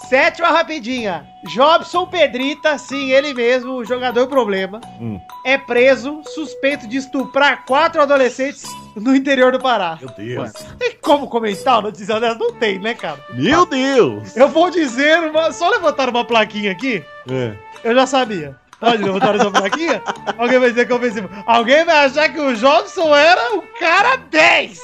S2: Sétima rapidinha. Jobson Pedrita, sim, ele mesmo, o jogador problema,
S6: Hum.
S2: é preso suspeito de estuprar quatro adolescentes no interior do Pará.
S6: Meu Deus.
S2: Tem como comentar uma notícia dessa? Não tem, né, cara?
S6: Meu Deus!
S2: Eu vou dizer uma... Só levantar uma plaquinha aqui,
S6: É.
S2: eu já sabia. Pode levantar essa
S6: *laughs*
S2: plaquinha? Alguém vai dizer que eu pensei. Alguém vai achar que o Jobson era o cara
S6: *laughs*
S2: 10.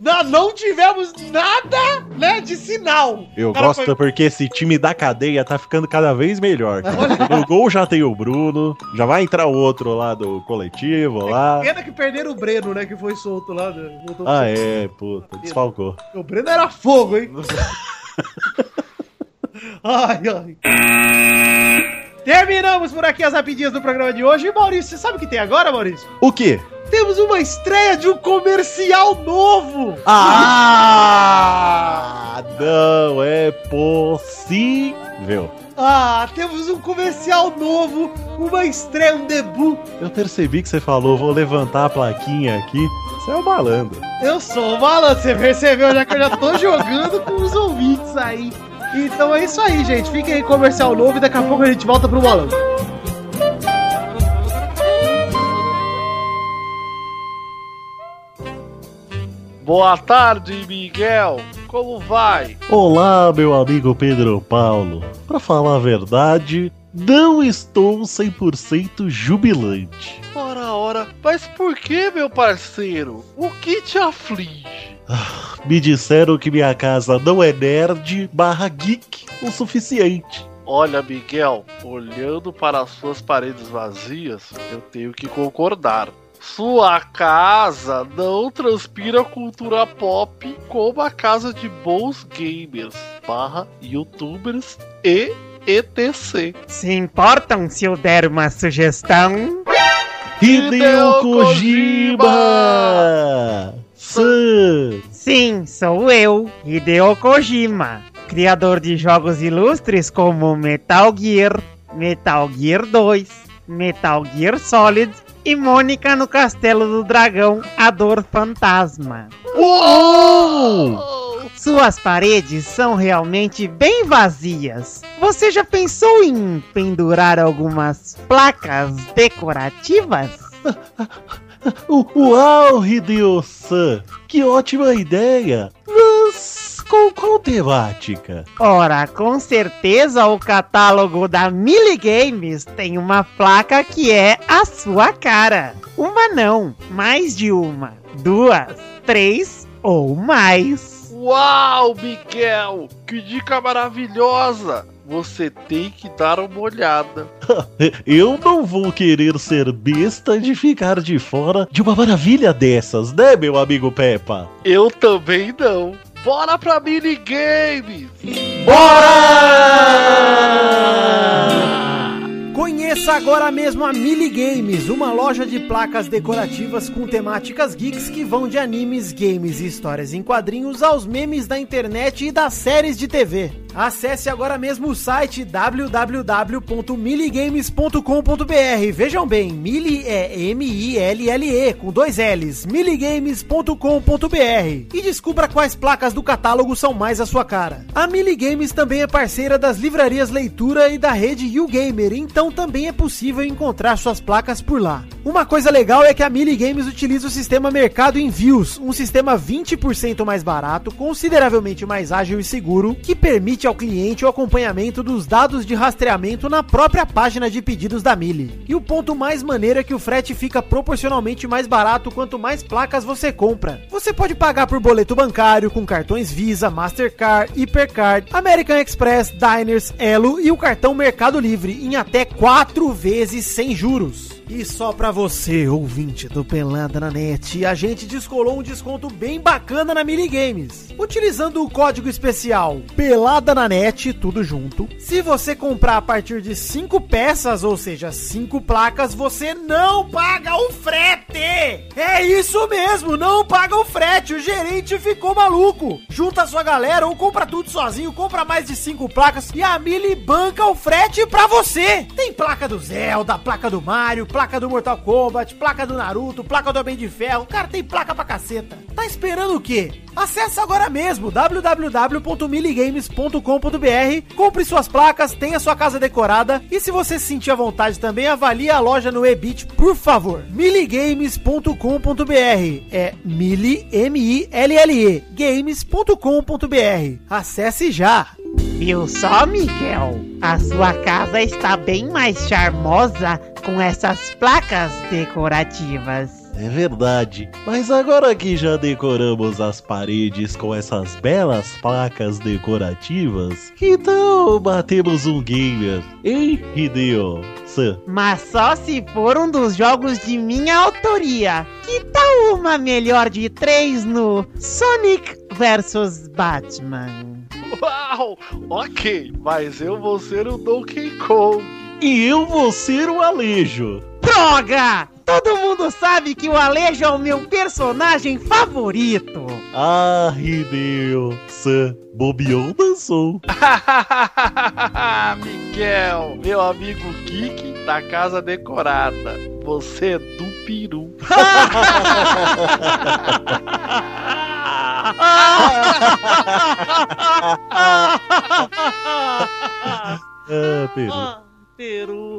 S2: não, não tivemos nada, né, de sinal.
S6: Eu
S2: O cara
S6: gosto
S2: foi-
S6: porque esse time da cadeia tá ficando cada vez melhor. cara. No gol já tem o Bruno, já vai entrar o outro lá do coletivo lá.
S2: Pena É que perderam o Breno, né? Que foi solto lá. né, voltou
S6: Ah, é, puta, desfalcou.
S2: pro- O Breno era fogo, hein? *laughs* ai, ai. Terminamos por aqui as rapidinhas do programa de hoje. E Maurício, você sabe o que tem agora, Maurício?
S6: O quê?
S2: Temos uma estreia de um comercial novo!
S6: Ah! Não é possível.
S2: Ah, temos um comercial novo, uma estreia, um debut.
S6: Eu percebi que você falou, vou levantar a plaquinha aqui. Você é o malandro.
S2: Eu sou o Malandro, você percebeu já que eu já tô jogando com os ouvintes aí. Então é isso aí, gente. Fiquem aí com o comercial novo e daqui a pouco a gente volta pro Malandro.
S3: Boa tarde, Miguel. Como vai?
S6: Olá, meu amigo Pedro Paulo. Pra falar a verdade, não estou 100% jubilante.
S3: Ora, ora. Mas por que, meu parceiro? O que te aflige?
S6: Me disseram que minha casa não é nerd barra geek o suficiente.
S3: Olha, Miguel, olhando para as suas paredes vazias, eu tenho que concordar. Sua casa não transpira cultura pop como a casa de bons gamers, barra youtubers e etc.
S2: Se importam se eu der uma sugestão?
S6: Hideo
S3: Hideo
S6: Kojima! Sam!
S2: Sim, sou eu, Hideo Kojima, criador de jogos ilustres como Metal Gear, Metal Gear 2, Metal Gear Solid e Mônica no Castelo do Dragão, A Dor Fantasma.
S3: Hum.
S6: Uou!
S3: Oh.
S2: Suas paredes são realmente bem vazias. Você já pensou em pendurar algumas placas decorativas?
S6: U- Uau, Hideo-san! Que ótima ideia! Mas com qual temática?
S2: Ora, com certeza o catálogo da Mili Games tem uma placa que é a sua cara. Uma não, mais de uma, duas, três ou mais.
S3: Uau, Miguel! Que dica maravilhosa! Você tem que dar uma olhada.
S6: Eu não vou querer ser besta de ficar de fora de uma maravilha dessas, né, meu amigo Peppa?
S3: Eu também não. Bora pra minigames!
S7: Conheça
S2: agora mesmo a Mili Games, uma loja de placas decorativas com temáticas geeks que vão de animes, games e histórias em quadrinhos aos memes da internet e das séries de TV. Acesse agora mesmo o site www.miligames.com.br. Vejam bem, Mili é M-I-L-L-E com dois L's, miligames.com.br e descubra quais placas do catálogo são mais a sua cara. A Mili Games também é parceira das livrarias Leitura e da rede YouGamer, então também é possível encontrar suas placas por lá. Uma coisa legal é que a Mili Games utiliza o sistema Mercado Envios, um sistema 20% mais barato, consideravelmente mais ágil e seguro, que permite ao cliente o acompanhamento dos dados de rastreamento na própria página de pedidos da Mili. E o ponto mais maneiro é que o frete fica proporcionalmente mais barato quanto mais placas você compra. Você pode pagar por boleto bancário com cartões Visa, Mastercard, Hipercard, American Express, Diners, Elo e o cartão Mercado Livre em até 4 vezes sem juros. E só pra você, ouvinte do Pelada na Net, a gente descolou um desconto bem bacana na Mili Games. Utilizando o código especial Pelada na Net, tudo junto. Se você comprar a partir de 5 peças, ou seja, 5 placas, você não paga o frete! É isso mesmo, não paga o frete, o gerente ficou maluco. Junta sua galera ou compra tudo sozinho, compra mais de 5 placas e a Mili banca o frete pra você. Tem placa do Zelda, placa do Mario, placa do Mortal Kombat, placa do Naruto, placa do Homem de Ferro. Cara, tem placa pra caceta. Tá esperando o quê? Acesse agora mesmo www.miligames.com.br, compre suas placas, tenha sua casa decorada e se você se sentir à vontade também, avalie a loja no Ebit, por favor. miligames.com.br é mili, M-I-L-L-E, games.com.br. Acesse já!
S9: Viu só, Miguel? A sua casa está bem mais charmosa com essas placas decorativas.
S6: É verdade. Mas agora que já decoramos as paredes com essas belas placas decorativas, então batemos um gamer. Hein, Hideo? Sam,
S9: Mas só se for um dos jogos de minha autoria. Que tal uma melhor de três no Sonic vs Batman?
S3: Uau! Ok, mas eu vou ser o Donkey Kong. *laughs*
S6: E eu vou ser o Alejo.
S9: Droga! Todo mundo sabe que o Alejo é o meu personagem favorito.
S6: Ah, Hideo. Sam, bobeou dançou.
S3: Miguel, meu amigo geek da casa decorada. Você é do peru.
S6: Ah, peru.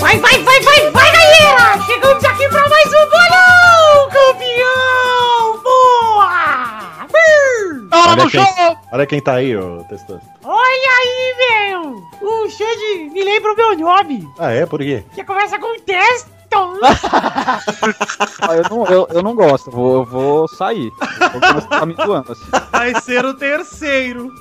S7: Vai, vai, vai, vai, vai, galera! Chegamos aqui pra mais um bolão, campeão! Boa! Uh!
S3: Toma
S6: Olha
S3: no
S6: quem-
S3: jogo!
S6: Olha quem tá aí, ô testando.
S7: Olha aí, meu! O Xande me lembra o meu nome,
S6: Ah, é? Por quê?
S7: que começa com
S3: *laughs*
S7: um Teston.
S1: Ah, eu, não, eu, eu não gosto, vou, eu vou sair. Eu vou começar a ficar me zoando, assim.
S10: Vai ser o terceiro.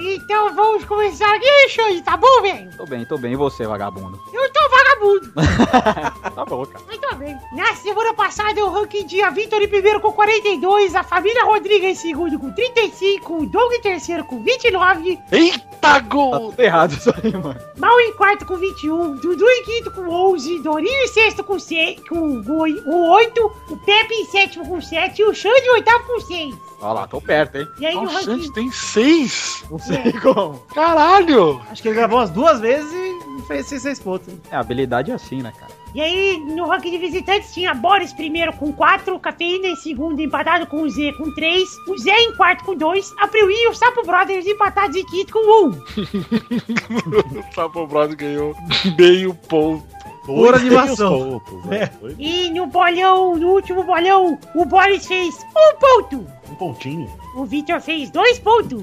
S7: Então vamos começar aqui, Xande, tá bom, velho?
S1: Tô bem, tô bem. E você, vagabundo?
S7: Eu tô vagabundo,
S1: Tá bom, cara.
S7: mas tô bem. Na semana passada, o ranking tinha Vitor em primeiro com 42, a família Rodrigues em segundo com 35, o Doug em terceiro com 29,
S3: Eita
S1: Tá
S3: gol!
S1: tudo errado isso aí, mano.
S7: Mal em quarto com 21, Dudu em quinto com 11, Dorinho em sexto com, se... com goi- o 8, o Pepe em sétimo com 7 e o Xande em oitavo com 6.
S1: Olha lá, tô perto, hein?
S7: E aí
S3: Ah,
S7: o
S3: O
S7: um ranking.
S3: Xande tem seis!
S1: Não sei *laughs* como.
S3: Caralho!
S10: Acho que ele gravou as duas vezes e fez esses seis pontos.
S1: É, habilidade é assim, né, cara?
S7: E aí, no ranking de visitantes, tinha Boris primeiro com 4, Cafeína em segundo, empatado com o Z com 3, o Zé em quarto com 2, a Priui e o Sapo Brothers empatados em quinto com 1.
S3: Tá O Sapo Brother ganhou meio ponto.
S10: Por animação.
S6: Dois pontos, *laughs* né? Dois-
S7: E no bolão, no último bolão, o Boris fez 1 ponto,
S6: Um pontinho.
S7: o Vitor fez 2 pontos,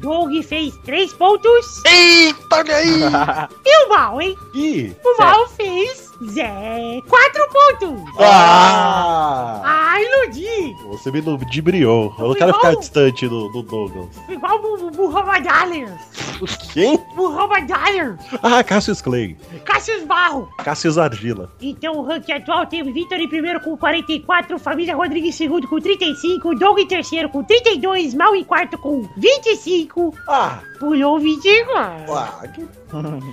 S7: Doug fez 3 pontos
S3: *laughs* Eita, olha aí!
S7: e o Mal, hein?
S6: Ih,
S7: O Mal fez Zé, quatro pontos.
S6: Ah!
S7: Ah, iludi.
S6: Você me ludibriou. Eu não
S7: Foi
S6: quero ficar
S7: bom.
S6: distante do, do Douglas.
S7: Fui Igual o Muhammad Ali.
S6: Quem?
S7: Muhammad Ali.
S6: Ah, Cassius Clay.
S7: Cassius Barro.
S6: Cassius Argila.
S7: Então, o ranking atual tem o Vitor em primeiro com 44, Família Rodrigues em segundo com 35, Doug em terceiro com 32, Mal em quarto com 25,
S6: Ah,
S7: pulou 25.
S6: ah que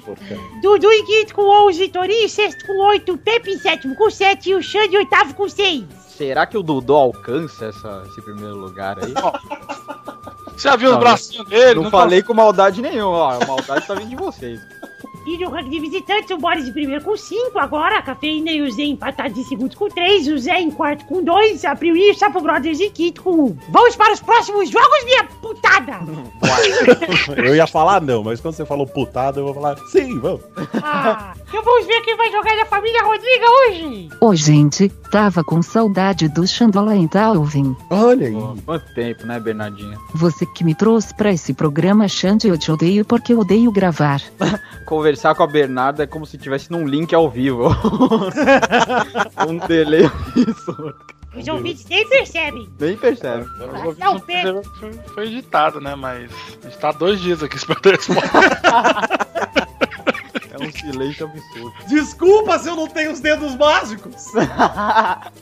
S6: porcaria.
S7: *laughs* Dudu em quinto com 11, Torinho em sexto com 8, Pepe em sétimo com 7 e o Xande em oitavo com 6.
S1: Será que o Dodô alcança essa- esse primeiro lugar aí?
S3: Já viu os
S1: Não,
S3: bracinhos dele?
S1: não
S3: Não
S1: falei com maldade nenhuma, ó. A maldade tá vindo de vocês.
S7: E no ranking de visitantes, o Boris em primeiro com 5 agora, a Cafeína e o Zé empatados em segundo com 3, o Zé em quarto com 2, a Priu e o Sapo Brothers em quinto com 1. Vamos para os próximos jogos, minha putada!
S6: Eu ia falar não, mas quando você falou putada, eu vou falar sim, vamos.
S7: Ah, então vamos ver quem vai jogar da família Rodriga hoje.
S11: Ô gente, tava com saudade do Xandola Talvin.
S6: Olha aí.
S1: Pô, quanto tempo, né, Bernardinha?
S11: Você que me trouxe pra esse programa, Xande, eu te odeio porque eu odeio gravar.
S1: Conversar com a Bernarda é como se tivesse num link ao vivo. *laughs* um delay absurdo.
S7: Os ouvintes nem percebem.
S1: Nem percebe.
S7: Não, Pedro.
S3: Foi, foi editado, né? Mas a gente tá dois dias aqui *laughs* esperando a resposta.
S1: É um silêncio absurdo.
S2: Desculpa se eu não tenho os dedos mágicos.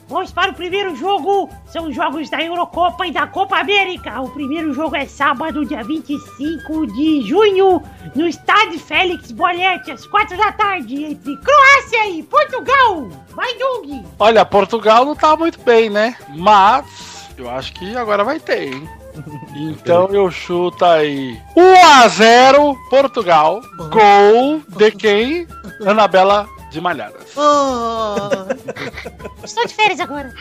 S7: Vamos para o primeiro jogo. São jogos da Eurocopa e da Copa América. O primeiro jogo é sábado, dia 25 de junho, no estádio Félix Bollert, às 4 da tarde, entre Croácia e Portugal. Vai, Dung!
S3: Olha, Portugal não tá muito bem, né? Mas eu acho que agora vai ter, *laughs* hein? Então eu chuto aí 1x0 Portugal. Gol de quem? Anabela de Malhadas.
S7: Estou de férias agora.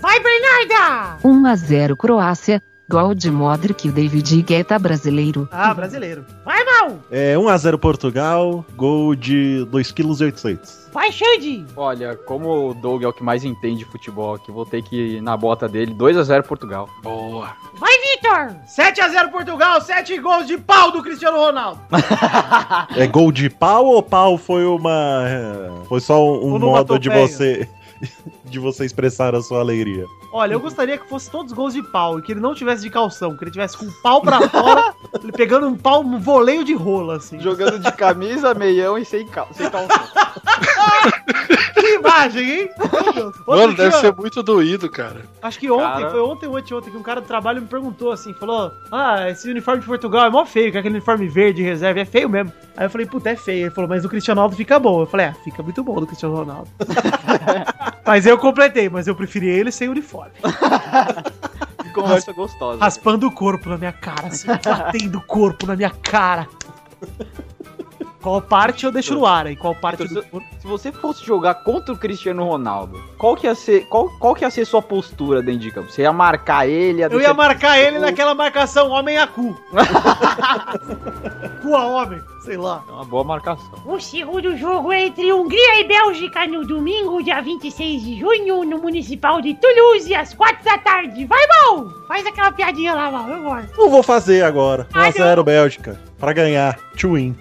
S7: Vai, Bernarda!
S11: 1 a 0 Croácia, gol de Modric e David Guetta brasileiro.
S2: Ah, brasileiro.
S7: Vai, Mal!
S6: É 1x0 Portugal, gol de 2,8 kg.
S7: Vai, Xande!
S1: Olha, como o Doug é o que mais entende de futebol aqui, vou ter que ir na bota dele. 2x0 Portugal.
S3: Boa.
S7: Vai, Vitor!
S2: 7x0 Portugal, 7 gols de pau do Cristiano Ronaldo.
S6: É gol de pau ou pau foi uma. Foi só um, um modo de
S2: Onomatopeia.
S6: você. *laughs* de você expressar a sua alegria.
S2: Olha, eu gostaria que fosse todos gols de pau e que ele não tivesse de calção, que ele tivesse com o pau
S9: *laughs*
S2: pra fora, ele pegando um pau, um voleio de rola, assim.
S1: Jogando de camisa, meião e sem, cal sem calção.
S2: Que imagem, hein? Meu Deus. Outro
S3: Mano,
S2: dia,
S3: deve ser muito doído, cara.
S2: Acho que ontem,
S1: Cara.
S2: foi ontem ou anteontem, que um cara do trabalho me perguntou assim, falou, ah, esse uniforme de Portugal é mó feio, que é aquele uniforme verde reserva, é feio mesmo. Aí eu falei, puta, é feio. Ele falou, mas o Cristiano Ronaldo fica bom. Eu falei, ah, fica muito bom do Cristiano Ronaldo. mas eu completei, mas eu preferi ele sem uniforme.
S1: Que conversa gostosa.
S2: Raspando o corpo na minha cara, assim, batendo o corpo na minha cara. Qual parte eu deixo no ar, e qual parte
S1: Então,
S2: do corpo...
S1: Se você fosse jogar contra o Cristiano Ronaldo, qual que ia ser, qual, qual que ia ser sua postura dentro de campo? Você ia marcar ele?
S2: Eu ia
S1: marcar.
S2: marcar ele naquela marcação homem a cu. cu a homem, sei lá.
S1: É Uma boa marcação.
S7: O segundo jogo é entre Hungria e Bélgica no domingo, dia 26 de junho, no Municipal de Toulouse, às 4 da tarde. Vai, Mal! Faz aquela piadinha lá, Mal, eu gosto.
S6: Não vou fazer agora.
S7: Ah,
S6: 1x0 Bélgica. Pra ganhar. To win.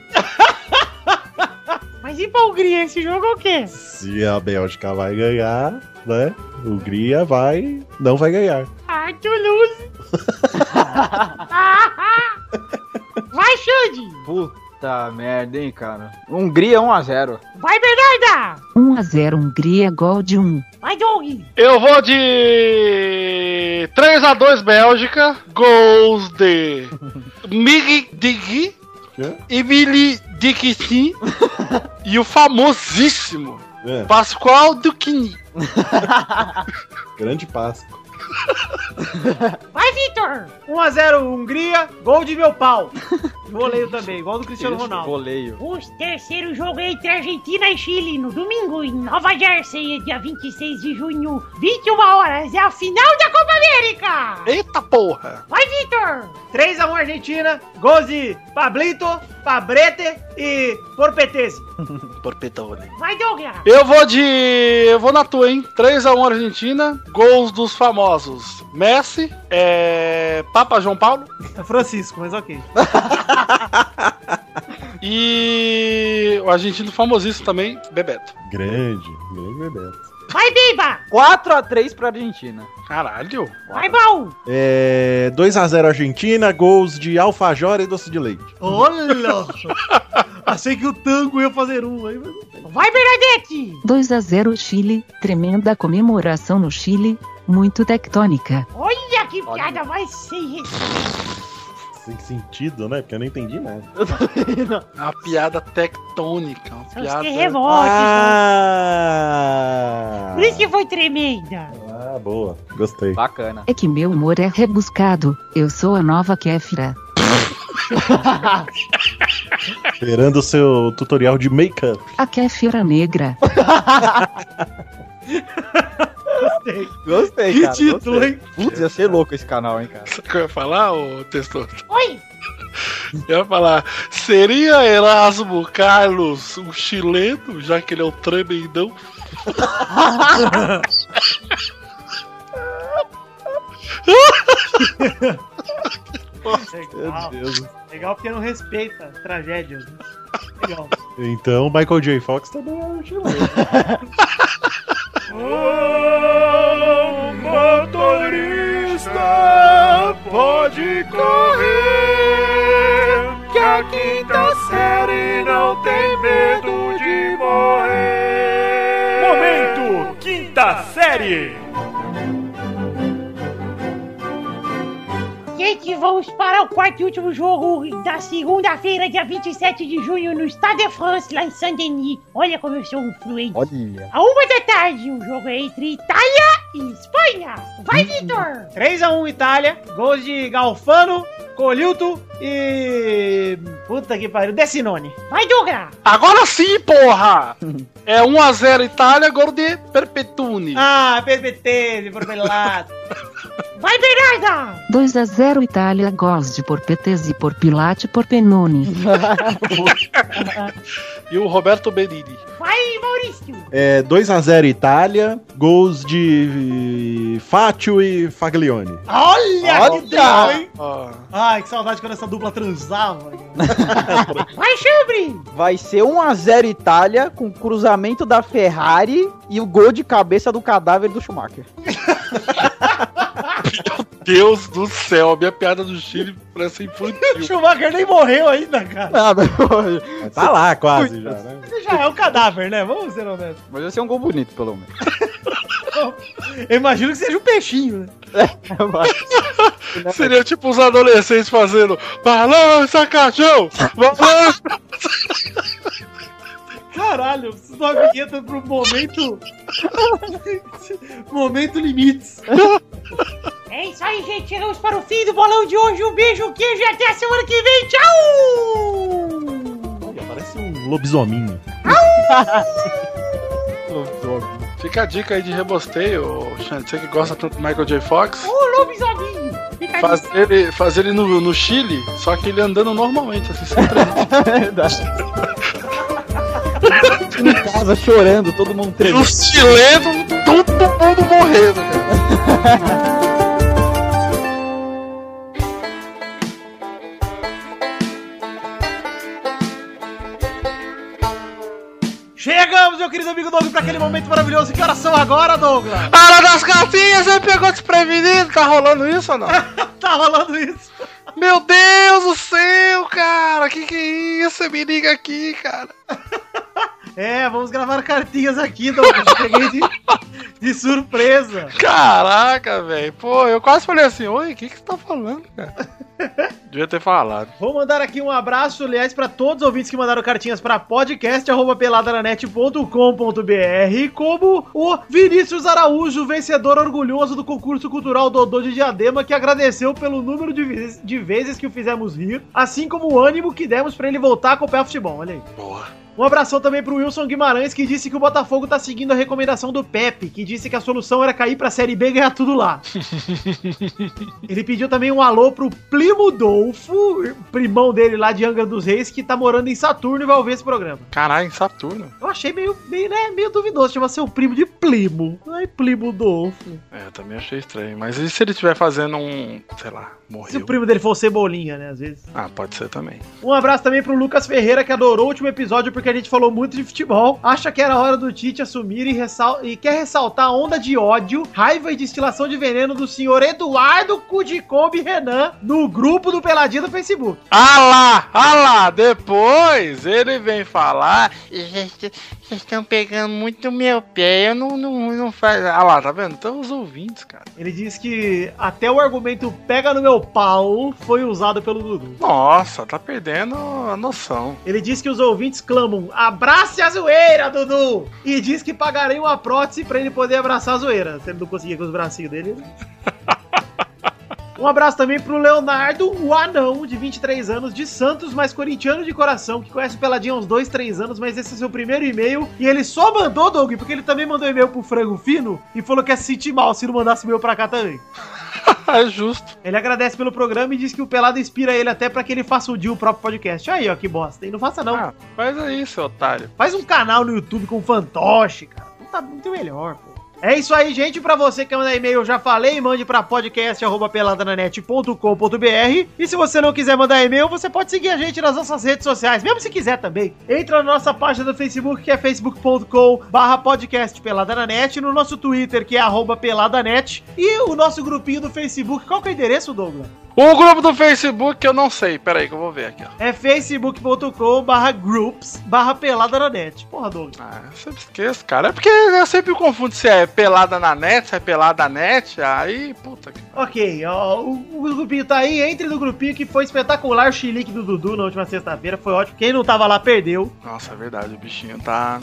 S7: Mas e pra Hungria, esse jogo é o quê?
S6: Se a Bélgica vai ganhar, né? Hungria vai. Não vai ganhar.
S7: Ah, Toulouse! Vai, Xande!
S1: Puta merda, hein, cara. Hungria 1x0.
S7: Vai, Bernarda!
S11: 1 a 0 Hungria, um. gol de 1.
S7: Vai, Doug!
S3: Eu vou de 3x2 Bélgica, gols de Mig Digui
S6: Quê?
S3: e Vili Dikiti e o famosíssimo
S6: É,
S3: Pascoal Duquini.
S6: grande Páscoa.
S7: Vai, Vitor!
S2: 1x0 Hungria, gol de meu pau. Voleio também, igual do Cristiano Ronaldo.
S1: Voleio.
S7: O terceiro jogo é entre Argentina e Chile no domingo em Nova Jersey, dia 26 de junho, 21 horas. É a final da Copa América!
S3: Eita porra!
S7: Vai, Vitor!
S2: 3x1 Argentina, gols de Pablito, Pabrete e Porpetese.
S3: Porpetone.
S7: Vai, Douglas!
S3: Eu vou de. Eu vou na tua, hein? 3x1 Argentina, gols dos famosos Messi, é... Papa João Paulo
S2: É Francisco, mas ok.
S3: *laughs* E o argentino famosíssimo também, Bebeto.
S6: Grande, grande Bebeto.
S7: Vai, Biba!
S1: 4x3 pra Argentina.
S3: Caralho.
S7: Vai, Baú!
S6: É, 2x0 Argentina, gols de alfajor e doce de leite.
S2: Olha! Achei que o tango ia fazer um aí, mas não tem.
S7: Vai, Bernadette!
S11: 2 a 0 Chile, tremenda comemoração no Chile, muito tectônica.
S7: Olha que
S1: Olha.
S7: piada mais sem respeito.
S6: Sem sentido, né? Porque eu não entendi nada.
S3: É uma piada tectônica. Uma
S7: São os
S3: piada.
S7: terremotos.
S6: Ah!
S7: Por isso que foi tremenda.
S6: Ah, boa. Gostei.
S1: Bacana.
S11: É que meu humor é rebuscado, eu sou a nova Kéfira.
S6: Esperando o seu tutorial de make-up.
S11: A Kéfira negra.
S1: Gostei,
S2: Que
S1: cara.
S2: título,
S1: gostei.
S2: hein?
S1: Putz, ia ser louco esse canal, hein, cara.
S3: Sabe *laughs* o que eu ia falar, ô texto?
S7: Oi!
S3: Eu ia falar, seria Erasmo Carlos um chileno, já que ele é um tremendão?
S2: Legal,
S6: Deus.
S2: Ah, legal porque não respeita as tragédias. né? Legal.
S6: Então, Michael J. Fox também é argentino. motorista, pode correr, que a quinta série não tem medo de morrer.
S4: Momento Quinta Série.
S7: Gente, vamos para o quarto e último jogo da segunda-feira, dia 27 de junho, no Stade de France, lá em Saint-Denis. Olha como eu sou um fluente.
S1: Olha.
S7: A uma da tarde, o jogo é entre Itália e Espanha. Vai, Vitor!
S2: 3x1 Itália, gols de Galfano, Colilto e. Puta que pariu, Decinone.
S7: Vai, Douglas!
S3: Agora sim, *laughs* porra! É 1x0 Itália, gol de Perpetuni.
S2: Ah, PPT, Borbelato.
S7: Vai, Bernarda!
S11: 2 a 0 Itália, gols de Porpetes e por Pilate por Penoni.
S3: E o Roberto Benini.
S7: Vai, Maurício!
S6: É 2x0 Itália, gols de Fátio e Faglione.
S2: Olha, que drama, hein?
S3: Ah,
S2: Ai, que saudade quando essa dupla transava. cara.
S7: Vai, Chambre!
S1: Vai ser 1x0 Itália com cruzamento da Ferrari e o gol de cabeça do cadáver do Schumacher.
S3: Deus do céu, a minha piada do Chile parece infantil.
S2: O
S3: *laughs*
S2: Schumacher nem morreu ainda, cara.
S1: Ah, mas,
S6: Tá lá quase já, né?
S2: Ele já é um cadáver, né? Vamos ser honestos.
S1: mas vai ser um gol bonito, pelo *laughs* menos.
S2: Eu imagino que seja um peixinho, né?
S1: né,
S3: Seria tipo os adolescentes fazendo balança, cachão! Balança!
S2: Caralho, eu preciso de uma vinheta pro momento. momento limites.
S7: É isso aí, gente. Chegamos para o fim do bolão de hoje. Um beijo, queijo e até a semana que vem. Tchau!
S6: Olha, parece um lobisominho.
S3: Fica a dica aí de rebosteio, Xande. Você que gosta tanto do Michael J. Fox.
S7: Ô, lobisomem! Fica
S3: Faz ele, faz ele no, no Chile, só que ele andando normalmente, assim, *laughs* sem treino.
S1: Em casa chorando, todo mundo
S3: E
S1: tremendo.
S3: os chilenos, todo mundo morrendo, cara.
S2: Chegamos, meu querido amigo Douglas, para aquele momento maravilhoso. Que horas são agora, Douglas?
S3: Para das gatinhas, você pegou desprevenido, tá rolando isso ou não?
S2: Tá rolando isso.
S3: Meu Deus do céu, cara, que que é isso? Você me liga aqui, cara.
S2: É, vamos gravar cartinhas aqui, Douglas. Cheguei de, de surpresa.
S3: Caraca, velho. Pô, eu quase falei assim, oi, o que que você tá falando, cara? *laughs* Devia ter falado.
S2: Vou mandar aqui um abraço, aliás, para todos os ouvintes que mandaram cartinhas para podcast@peladananet.com.br, como o Vinícius Araújo, vencedor orgulhoso do concurso cultural Dodô de Diadema, que agradeceu pelo número de, vezes- de vezes que o fizemos rir, assim como o ânimo que demos para ele voltar a acompanhar o futebol. Olha aí.
S3: Boa.
S2: Um abração também pro Wilson Guimarães, que disse que o Botafogo tá seguindo a recomendação do Pepe, que disse que a solução era cair pra Série B e ganhar tudo lá. Ele pediu também um alô pro Pli
S12: primo Dolfo, primão dele lá de Angra dos Reis, que tá morando em Saturno e vai ouvir esse programa.
S3: Caralho, em Saturno.
S12: Eu achei meio, meio, né, meio duvidoso, chama seu primo de Plimo. Não é Plimo Dolfo.
S3: É, eu também achei estranho. Mas e se ele estiver fazendo um. sei lá,
S12: Se o
S3: morreu?
S12: primo dele for Cebolinha, né, às vezes.
S3: Ah, pode ser também.
S12: Um abraço também pro Lucas Ferreira, que adorou o último episódio porque a gente falou muito de futebol. Acha que era hora do Tite assumir e, ressal- e quer ressaltar a onda de ódio, raiva e destilação de veneno do senhor Eduardo Cudicombe Renan no grupo do Peladinho do Facebook.
S3: Ah lá, ah lá, depois ele vem falar. Vocês estão pegando muito meu pé, eu não, não, não faz. Ah lá, tá vendo? Estão os ouvintes, cara.
S12: Ele diz que até o argumento pega no meu pau foi usado pelo Dudu.
S3: Nossa, tá perdendo a noção.
S12: Ele diz que os ouvintes clamam: abrace a zoeira, Dudu! E diz que pagarei uma prótese pra ele poder abraçar a zoeira. Se ele não conseguir com os bracinhos dele. né? Um abraço também pro Leonardo, o anão de 23 anos, de Santos, mas corintiano de coração, que conhece o Peladinho há uns 2, 3 anos, mas esse é seu primeiro e-mail. E ele só mandou, Doug, porque ele também mandou e-mail pro Frango Fino e falou que ia se sentir mal se não mandasse e-mail pra cá também.
S3: é justo.
S12: Ele agradece pelo programa e diz que o Pelado inspira ele até pra que ele faça um dia o próprio podcast. Aí, ó, que bosta. E não faça não.
S3: Ah, faz aí, seu otário.
S12: Faz um canal no YouTube com fantoche, cara. Não tá muito melhor, pô. É isso aí, gente. Pra você que manda e-mail, eu já falei, mande pra podcast@peladananet.com.br. E se você não quiser mandar e-mail, você pode seguir a gente nas nossas redes sociais, mesmo se quiser também. Entra na nossa página do Facebook, que é facebook.com/podcastpeladananet, no nosso Twitter, que é arroba @peladanet, e o nosso grupinho do Facebook. Qual que é o endereço, Douglas?
S3: O grupo do Facebook eu não sei. Pera aí que eu vou ver aqui, ó.
S12: É facebook.com/groups/peladananet. Porra, Douglas.
S3: Ah, eu sempre esqueço, cara. É porque eu sempre confundo se é pelada na net, se é pelada na net. Aí, puta que.
S12: Ok, ó, o, o grupinho tá aí, entre no grupinho que foi espetacular o chilique do Dudu na última sexta-feira, foi ótimo. Quem não tava lá perdeu,
S3: Nossa, é verdade, o bichinho tá.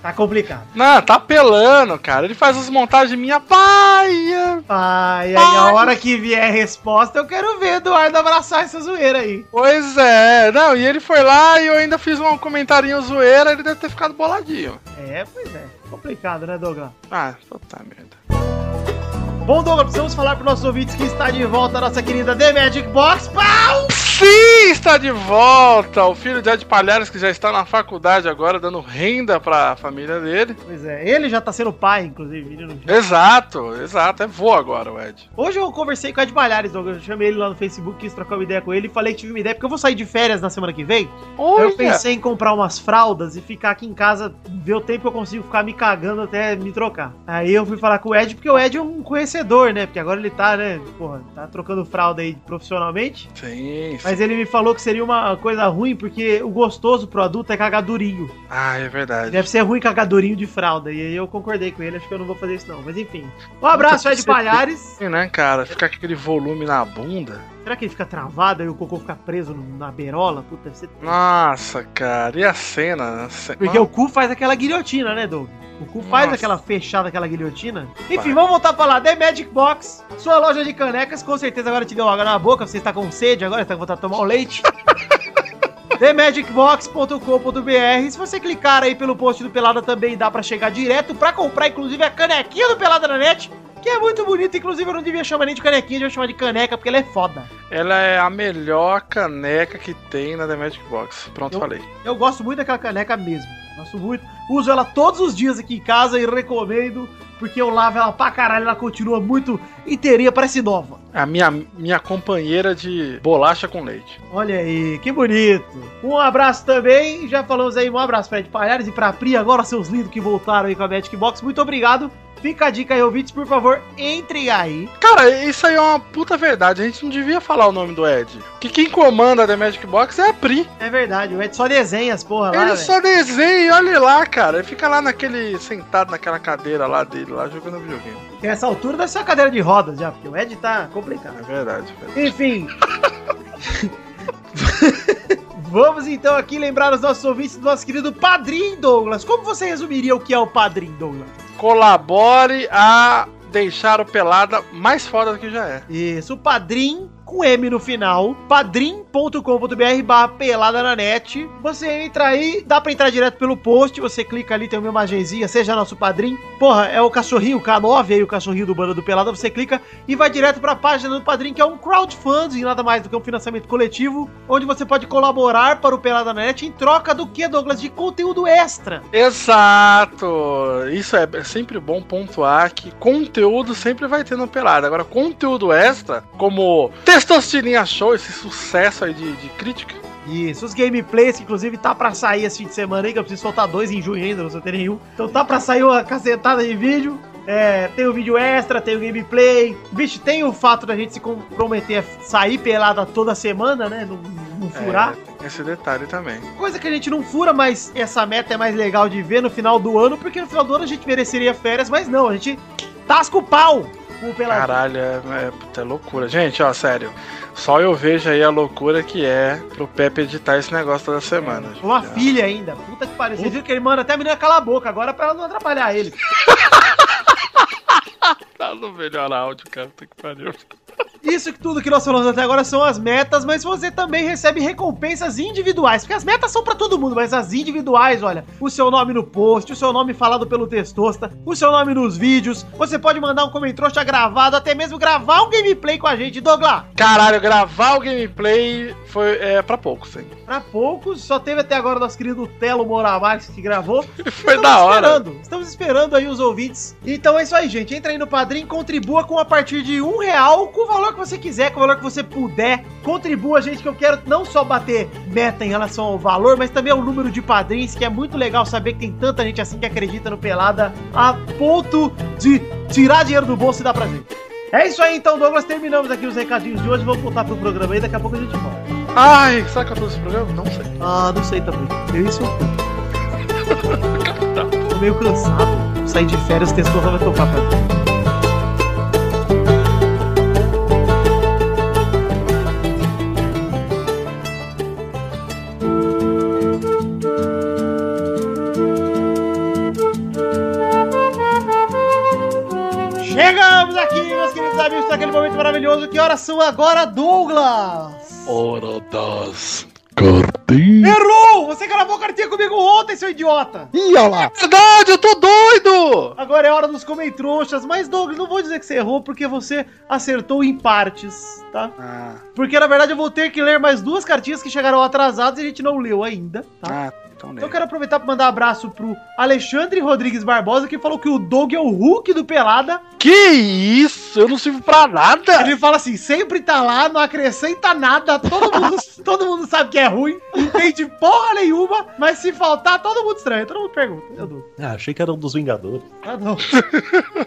S12: tá complicado.
S3: Não, tá apelando, cara. Ele faz as montagens minha paia.
S12: Ai, ai, a hora que vier a resposta, eu quero ver Eduardo abraçar essa zoeira aí.
S3: Pois é, não, e ele foi lá e eu ainda fiz um comentarinho zoeira, ele deve ter ficado boladinho.
S12: É, pois é, complicado, né, Douglas?
S3: Ah, puta merda.
S12: Bom, Douglas, precisamos falar pros nossos ouvintes que está de volta a nossa querida The Magic Box. Pau!
S3: Sim, está de volta! O filho de Ed Palhares, que já está na faculdade agora, dando renda pra família dele.
S12: Pois é, ele já tá sendo pai, inclusive, ele não
S3: Exato, exato, é voo agora, o Ed.
S12: Hoje eu conversei com o Ed Malhares, Douglas. Eu chamei ele lá no Facebook, quis trocar uma ideia com ele e falei que tive uma ideia, porque eu vou sair de férias na semana que vem. Eu pensei em comprar umas fraldas e ficar aqui em casa, ver o tempo que eu consigo ficar me cagando até me trocar. Aí eu fui falar com o Ed, porque o Ed é um conhecedor, né? Porque agora ele tá, né? Porra, tá trocando fralda aí profissionalmente.
S3: Sim, sim.
S12: Mas ele me falou que seria uma coisa ruim, porque o gostoso pro adulto é cagar durinho.
S3: Ah, é verdade.
S12: Deve ser ruim cagar durinho de fralda. E aí eu concordei com ele, acho que eu não vou fazer isso não. Mas enfim. Um abraço, Ed Palhares.
S3: Sim, né, cara? Ficar com aquele volume na bunda.
S12: Será que ele fica travado e o cocô fica preso no- na berola? Puta, deve ser.
S3: Nossa, cara, e a cena? A ce-
S12: Porque o cu faz aquela guilhotina, né, Doug? O cu faz
S3: Nossa.
S12: aquela fechada, aquela guilhotina.
S3: Vai.
S12: Enfim, vamos voltar pra lá. The Magic Box, sua loja de canecas. Com certeza agora te deu água na boca, você está com sede agora, está com vontade de tomar um
S3: *laughs*
S12: leite. TheMagicBox.com.br Se você clicar aí pelo post do Pelada também dá pra chegar direto pra comprar, inclusive, a canequinha do Pelada na net, que é muito bonita. Inclusive, eu não devia chamar nem de canequinha, eu devia chamar de caneca, porque ela é foda.
S3: Ela é a melhor caneca que tem na The Magic Box. Pronto,
S12: Eu-
S3: falei.
S12: Eu gosto muito daquela caneca mesmo. Gosto muito. Uso ela todos os dias aqui em casa e recomendo, porque eu lavo ela pra caralho. Ela continua muito inteirinha, parece nova.
S3: A minha, minha companheira de bolacha com leite.
S12: Olha aí, que bonito. Um abraço também. Já falamos aí, um abraço pra Ed Palhares e pra Pri, agora seus lindos que voltaram aí com a Magic Box. Muito obrigado. Fica a dica aí, ouvintes, por favor, entrem aí.
S3: Cara, isso aí é uma puta verdade. A gente não devia falar o nome do Ed. Que quem comanda a The Magic Box é a Pri.
S12: É verdade, o Ed só desenha as porra lá,
S3: ele
S12: velho.
S3: só desenha e olha lá, cara. Ele fica lá naquele. sentado naquela cadeira lá dele, lá jogando videogame.
S12: Tem essa altura deve ser uma cadeira de rodas já, porque o Ed tá complicado.
S3: É verdade, velho.
S12: Enfim. *laughs* Vamos então aqui lembrar os nossos ouvintes do nosso querido Padrim Douglas. Como você resumiria o que é o Padrim Douglas?
S3: Colabore a deixar o Pelada mais foda do que já é.
S12: Isso, o Padrim com M no final, padrim.com.br barra pelada na net. Você entra aí, dá pra entrar direto pelo post, você clica ali, tem uma imagenzinha, seja nosso padrim. Porra, é o cachorrinho, o K9 aí, o cachorrinho do Banda do Pelada, você clica e vai direto pra página do Padrim, que é um crowdfunding, nada mais do que um financiamento coletivo, onde você pode colaborar para o Pelada na Net em troca do que, Douglas? De conteúdo extra.
S3: Exato! Isso é, é sempre bom pontuar que conteúdo sempre vai ter no Pelada. Agora, conteúdo extra, como Testosterinha Show, esse sucesso aí de, de crítica.
S12: Isso, os gameplays, que inclusive tá pra sair esse fim de semana aí, que eu preciso soltar dois em junho ainda, não soltei nenhum. Então tá pra sair uma cacetada de vídeo. É, tem o vídeo extra, tem o gameplay. Bicho, tem o fato da gente se comprometer a sair pelada toda semana, né? Não, não furar.
S3: É, tem esse detalhe também.
S12: Coisa que a gente não fura, mas essa meta é mais legal de ver no final do ano, porque no final do ano a gente mereceria férias, mas não, a gente tasca o pau com o pelado.
S3: Caralho, é, é, puta, é loucura. Gente, ó, sério. Só eu vejo aí a loucura que é pro Pepe editar esse negócio toda semana. gente,
S12: Uma
S3: ó.
S12: filha ainda, puta que pariu. Vocês viram que ele manda até a menina calar a boca agora pra ela não atrapalhar ele.
S3: Tá no melhor áudio, cara. Puta que pariu.
S12: Isso que tudo que nós falamos até agora são as metas, mas você também recebe recompensas individuais, porque as metas são pra todo mundo, mas as individuais, olha, o seu nome no post, o seu nome falado pelo Testosta, o seu nome nos vídeos, você pode mandar um comentário gravado, até mesmo gravar um gameplay com a gente, Douglas.
S3: Caralho, gravar o gameplay foi é, pra poucos, hein?
S12: Pra poucos, só teve até agora o nosso querido Telo Moramax que gravou.
S3: Foi da hora.
S12: Esperando, estamos esperando aí os ouvintes. Então é isso aí, gente. Entra aí no Padrim, contribua com a partir de um real, com o valor que você quiser, com o valor que você puder. Contribua, gente, que eu quero não só bater meta em relação ao valor, mas também ao número de padrinhos, que é muito legal saber que tem tanta gente assim que acredita no Pelada a ponto de tirar dinheiro do bolso e dar pra gente. É isso aí então, Douglas. Terminamos aqui os recadinhos de hoje. Vamos voltar pro programa aí. Daqui a pouco a gente volta.
S3: Ai, será que eu tô nesse programa? Não sei.
S12: Ah, não sei também. Eu isso. Tô meio cansado. Saí de férias, o texto vai tocar pra mim. Chegamos aqui, meus queridos amigos, para aquele momento maravilhoso. Que horas são agora, Douglas?
S3: Hora das.
S12: Errou! Você gravou cartinha comigo ontem, seu idiota!
S1: Ih, olha lá.
S3: Verdade, eu tô doido!
S12: Agora é hora dos comentroxas, mas Douglas, não vou dizer que você errou, porque você acertou em partes, tá?
S3: Ah,
S12: Porque na verdade eu vou ter que ler mais duas cartinhas que chegaram atrasadas e a gente não leu ainda, tá?
S3: ah então
S12: Então eu
S3: nem.
S12: quero aproveitar pra mandar um abraço pro Alexandre Rodrigues Barbosa, que falou que o Doug é o Hulk do Pelada.
S3: Que isso? Eu não sirvo pra nada!
S12: Ele fala assim, sempre tá lá, não acrescenta nada, todo mundo, todo mundo sabe que é ruim, entende porra nenhuma, mas se faltar, todo mundo estranha, todo mundo pergunta. Eu dou.
S6: Ah, achei que era um dos Vingadores.
S12: Ah, não.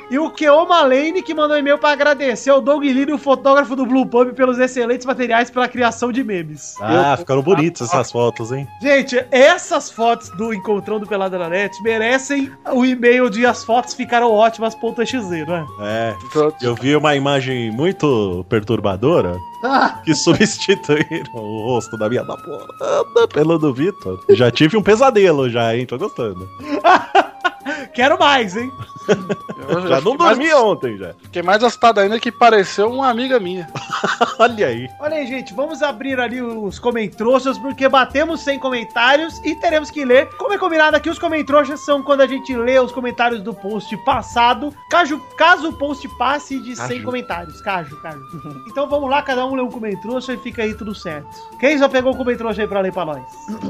S12: e o Keoma Lane, que mandou um e-mail pra agradecer ao Doug Lino, o fotógrafo do Blue Pub, pelos excelentes materiais pela criação de memes.
S6: Ah, ficaram bonitas essas fotos, hein?
S12: Gente, essas fotos do Encontrão do Pelada na Net merecem o e-mail de as fotos ficaram ótimas.exe, não é?
S6: É. Eu vi uma imagem muito perturbadora que substituíram o rosto da minha namorada pelo do Vitor. Já tive um pesadelo já, hein? Tô gostando.
S12: Quero mais, hein?
S3: Eu,
S6: Já não
S3: fiquei,
S6: dormi
S3: mais,
S6: ontem, já.
S3: fiquei mais assustado ainda que pareceu uma amiga minha.
S6: Olha aí.
S12: Olha aí, gente, vamos abrir ali os comentroxas, porque batemos 100 comentários e teremos que ler. Como é combinado aqui, os comentroxas são quando a gente lê os comentários do post passado, caso, caso o post passe de 100
S3: Caju.
S12: comentários. Caso, caso. então vamos lá, cada um lê um comentroxa e fica aí tudo certo. Quem já pegou o comentroxa aí pra ler pra nós?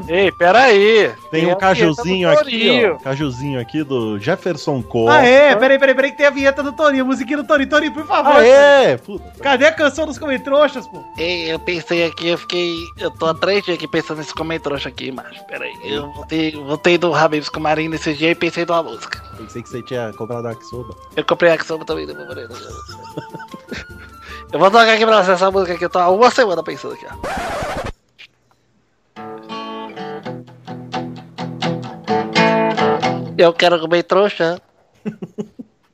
S3: Ei, peraí!
S6: Tem
S3: a
S6: um
S3: vinheta
S6: cajuzinho
S3: do
S6: aqui, ó.
S3: É, tá Torinho.
S6: Cajuzinho aqui do Jefferson Co.
S12: ah, é? Peraí, peraí, peraí, que tem a vinheta do Toninho, a musiquinha do Toninho. Toninho, por favor.
S6: Ah, é? Puta.
S12: Cadê a canção dos comentroxas, pô?
S13: Ei, eu pensei aqui, eu fiquei. Eu tô há três dias aqui pensando nesse comentrouxa aqui, macho. Pera aí. Eu voltei, voltei do Habibs com Marina esse dia e pensei numa música.
S6: Pensei que você tinha comprado a Aksoba.
S13: Eu comprei a Axoma também do Moreno. Eu vou tocar aqui pra você essa música que eu tô há uma semana pensando aqui, ó. Eu quero comer trouxa.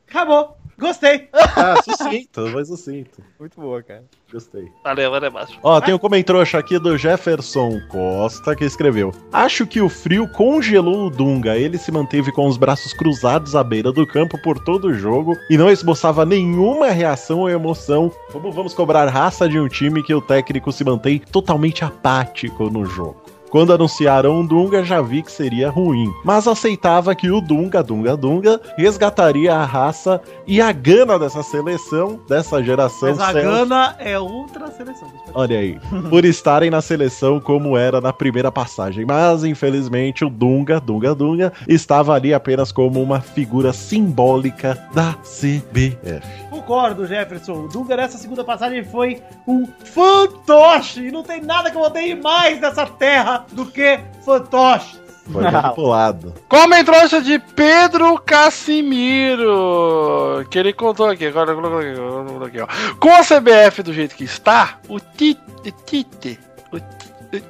S12: Acabou. Gostei.
S6: Ah, sucinto, mas sucinto.
S1: Muito boa, cara.
S6: Gostei.
S14: Valeu, valeu, Márcio.
S6: Ó, tem um comentrouxa aqui do Jefferson Costa que escreveu: Acho que o frio congelou o Dunga. Ele se manteve com os braços cruzados à beira do campo por todo o jogo e não esboçava nenhuma reação ou emoção. Como vamos cobrar raça de um time que o técnico se mantém totalmente apático no jogo? Quando anunciaram o Dunga, já vi que seria ruim, mas aceitava que o Dunga, Dunga, Dunga, resgataria a raça e a gana dessa seleção, dessa geração
S12: Mas a
S6: celta.
S12: Gana é outra seleção.
S6: Olha aí. Por estarem na seleção como era na primeira passagem. Mas, infelizmente, o Dunga, Dunga, Dunga, estava ali apenas como uma figura simbólica da CBF.
S12: Concordo, Jefferson. O Dunga nessa segunda passagem foi um fantoche. E não tem nada que eu odeie mais nessa terra do que fantoche.
S6: Foi manipulado.
S3: Comentrouxa de Pedro Casimiro, que ele contou aqui, agora eu coloquei, eu coloquei, ó. Com a CBF do jeito que está, o Tite, Tite, o Tite,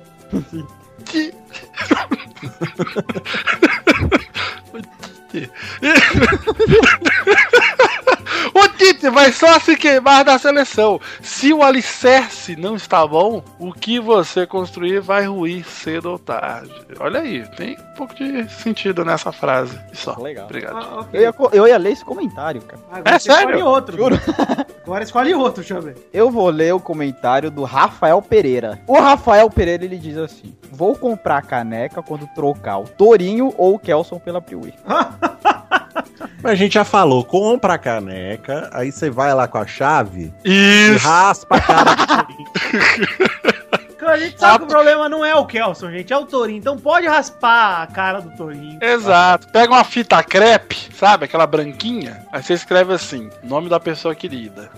S3: Tite, o Tite, *laughs* o Tite vai só se queimar da seleção. Se o alicerce não está bom, o que você construir vai ruir cedo ou tarde. Olha aí, tem um pouco de sentido nessa frase. Só.
S1: Legal.
S3: Obrigado.
S1: Eu ia, co- eu ia ler esse comentário, cara.
S12: Ah, Agora
S3: É sério?
S12: escolhe outro. Agora escolhe outro, Xamê.
S1: Eu vou ler o comentário do Rafael Pereira. O Rafael Pereira ele diz assim: Vou comprar caneca quando trocar o Torinho ou o Kelson pela Priui.
S6: Mas a gente já falou, compra a caneca, aí você vai lá com a chave e
S3: Isso.
S6: raspa a cara.
S12: Cara, A gente sabe que o problema não é o Kelson, gente, é o Torinho. Então pode raspar a cara do Torinho.
S3: Exato. Pega uma fita crepe, sabe? Aquela branquinha. Aí você escreve assim: nome da pessoa
S1: *laughs*
S3: querida.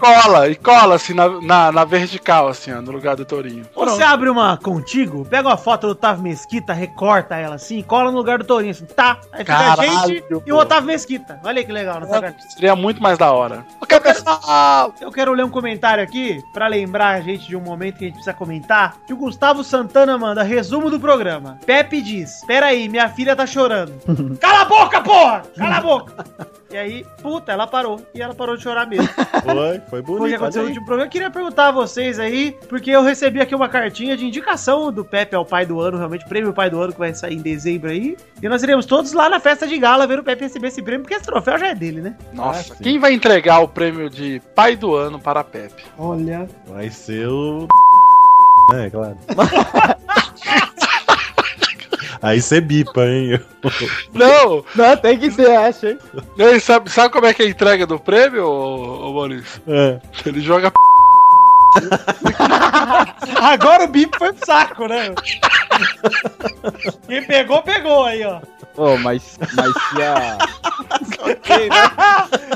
S3: cola, e cola assim na, na, na vertical, assim, ó, no lugar do tourinho.
S12: Você abre uma contigo, pega uma foto do Otávio Mesquita, recorta ela assim, e cola no lugar do Torinho, assim, tá? Aí fica a
S3: Caralho,
S12: gente e
S3: pô.
S12: o Otávio Mesquita. Olha aí que legal, não sacanagem.
S3: Seria muito mais da hora. Ok, pessoal!
S12: Eu quero ler um comentário aqui pra lembrar a gente de um momento que a gente precisa comentar. Que o Gustavo Santana manda resumo do programa. Pepe diz: Peraí, minha filha tá chorando. Cala a boca, porra! Cala a boca! E aí, puta, ela parou. E ela parou de chorar mesmo.
S6: Foi, foi
S12: Foi o que
S6: bonito.
S12: aconteceu
S6: olha aí.
S12: no último um programa. Eu queria perguntar a vocês aí, porque eu recebi aqui uma cartinha de indicação do Pepe ao Pai do Ano, realmente, prêmio Pai do Ano, que vai sair em dezembro aí. E nós iremos todos lá na festa de gala ver o Pepe receber esse prêmio, porque esse troféu já é dele, né?
S3: Nossa,
S1: assim.
S3: quem vai entregar o prêmio de pai do ano para a Pepe?
S12: Olha.
S6: Vai ser o. É, claro. *laughs* Aí você bipa, hein? *laughs*
S3: Não!
S1: Não, tem que ter essa, hein?
S3: Ele sabe, sabe como é que é a entrega do prêmio, ô, ô Maurício?
S6: É.
S3: Ele joga
S12: *laughs* Agora o bip foi pro saco, né? Quem pegou, pegou aí, ó.
S1: Pô, mas, mas se a.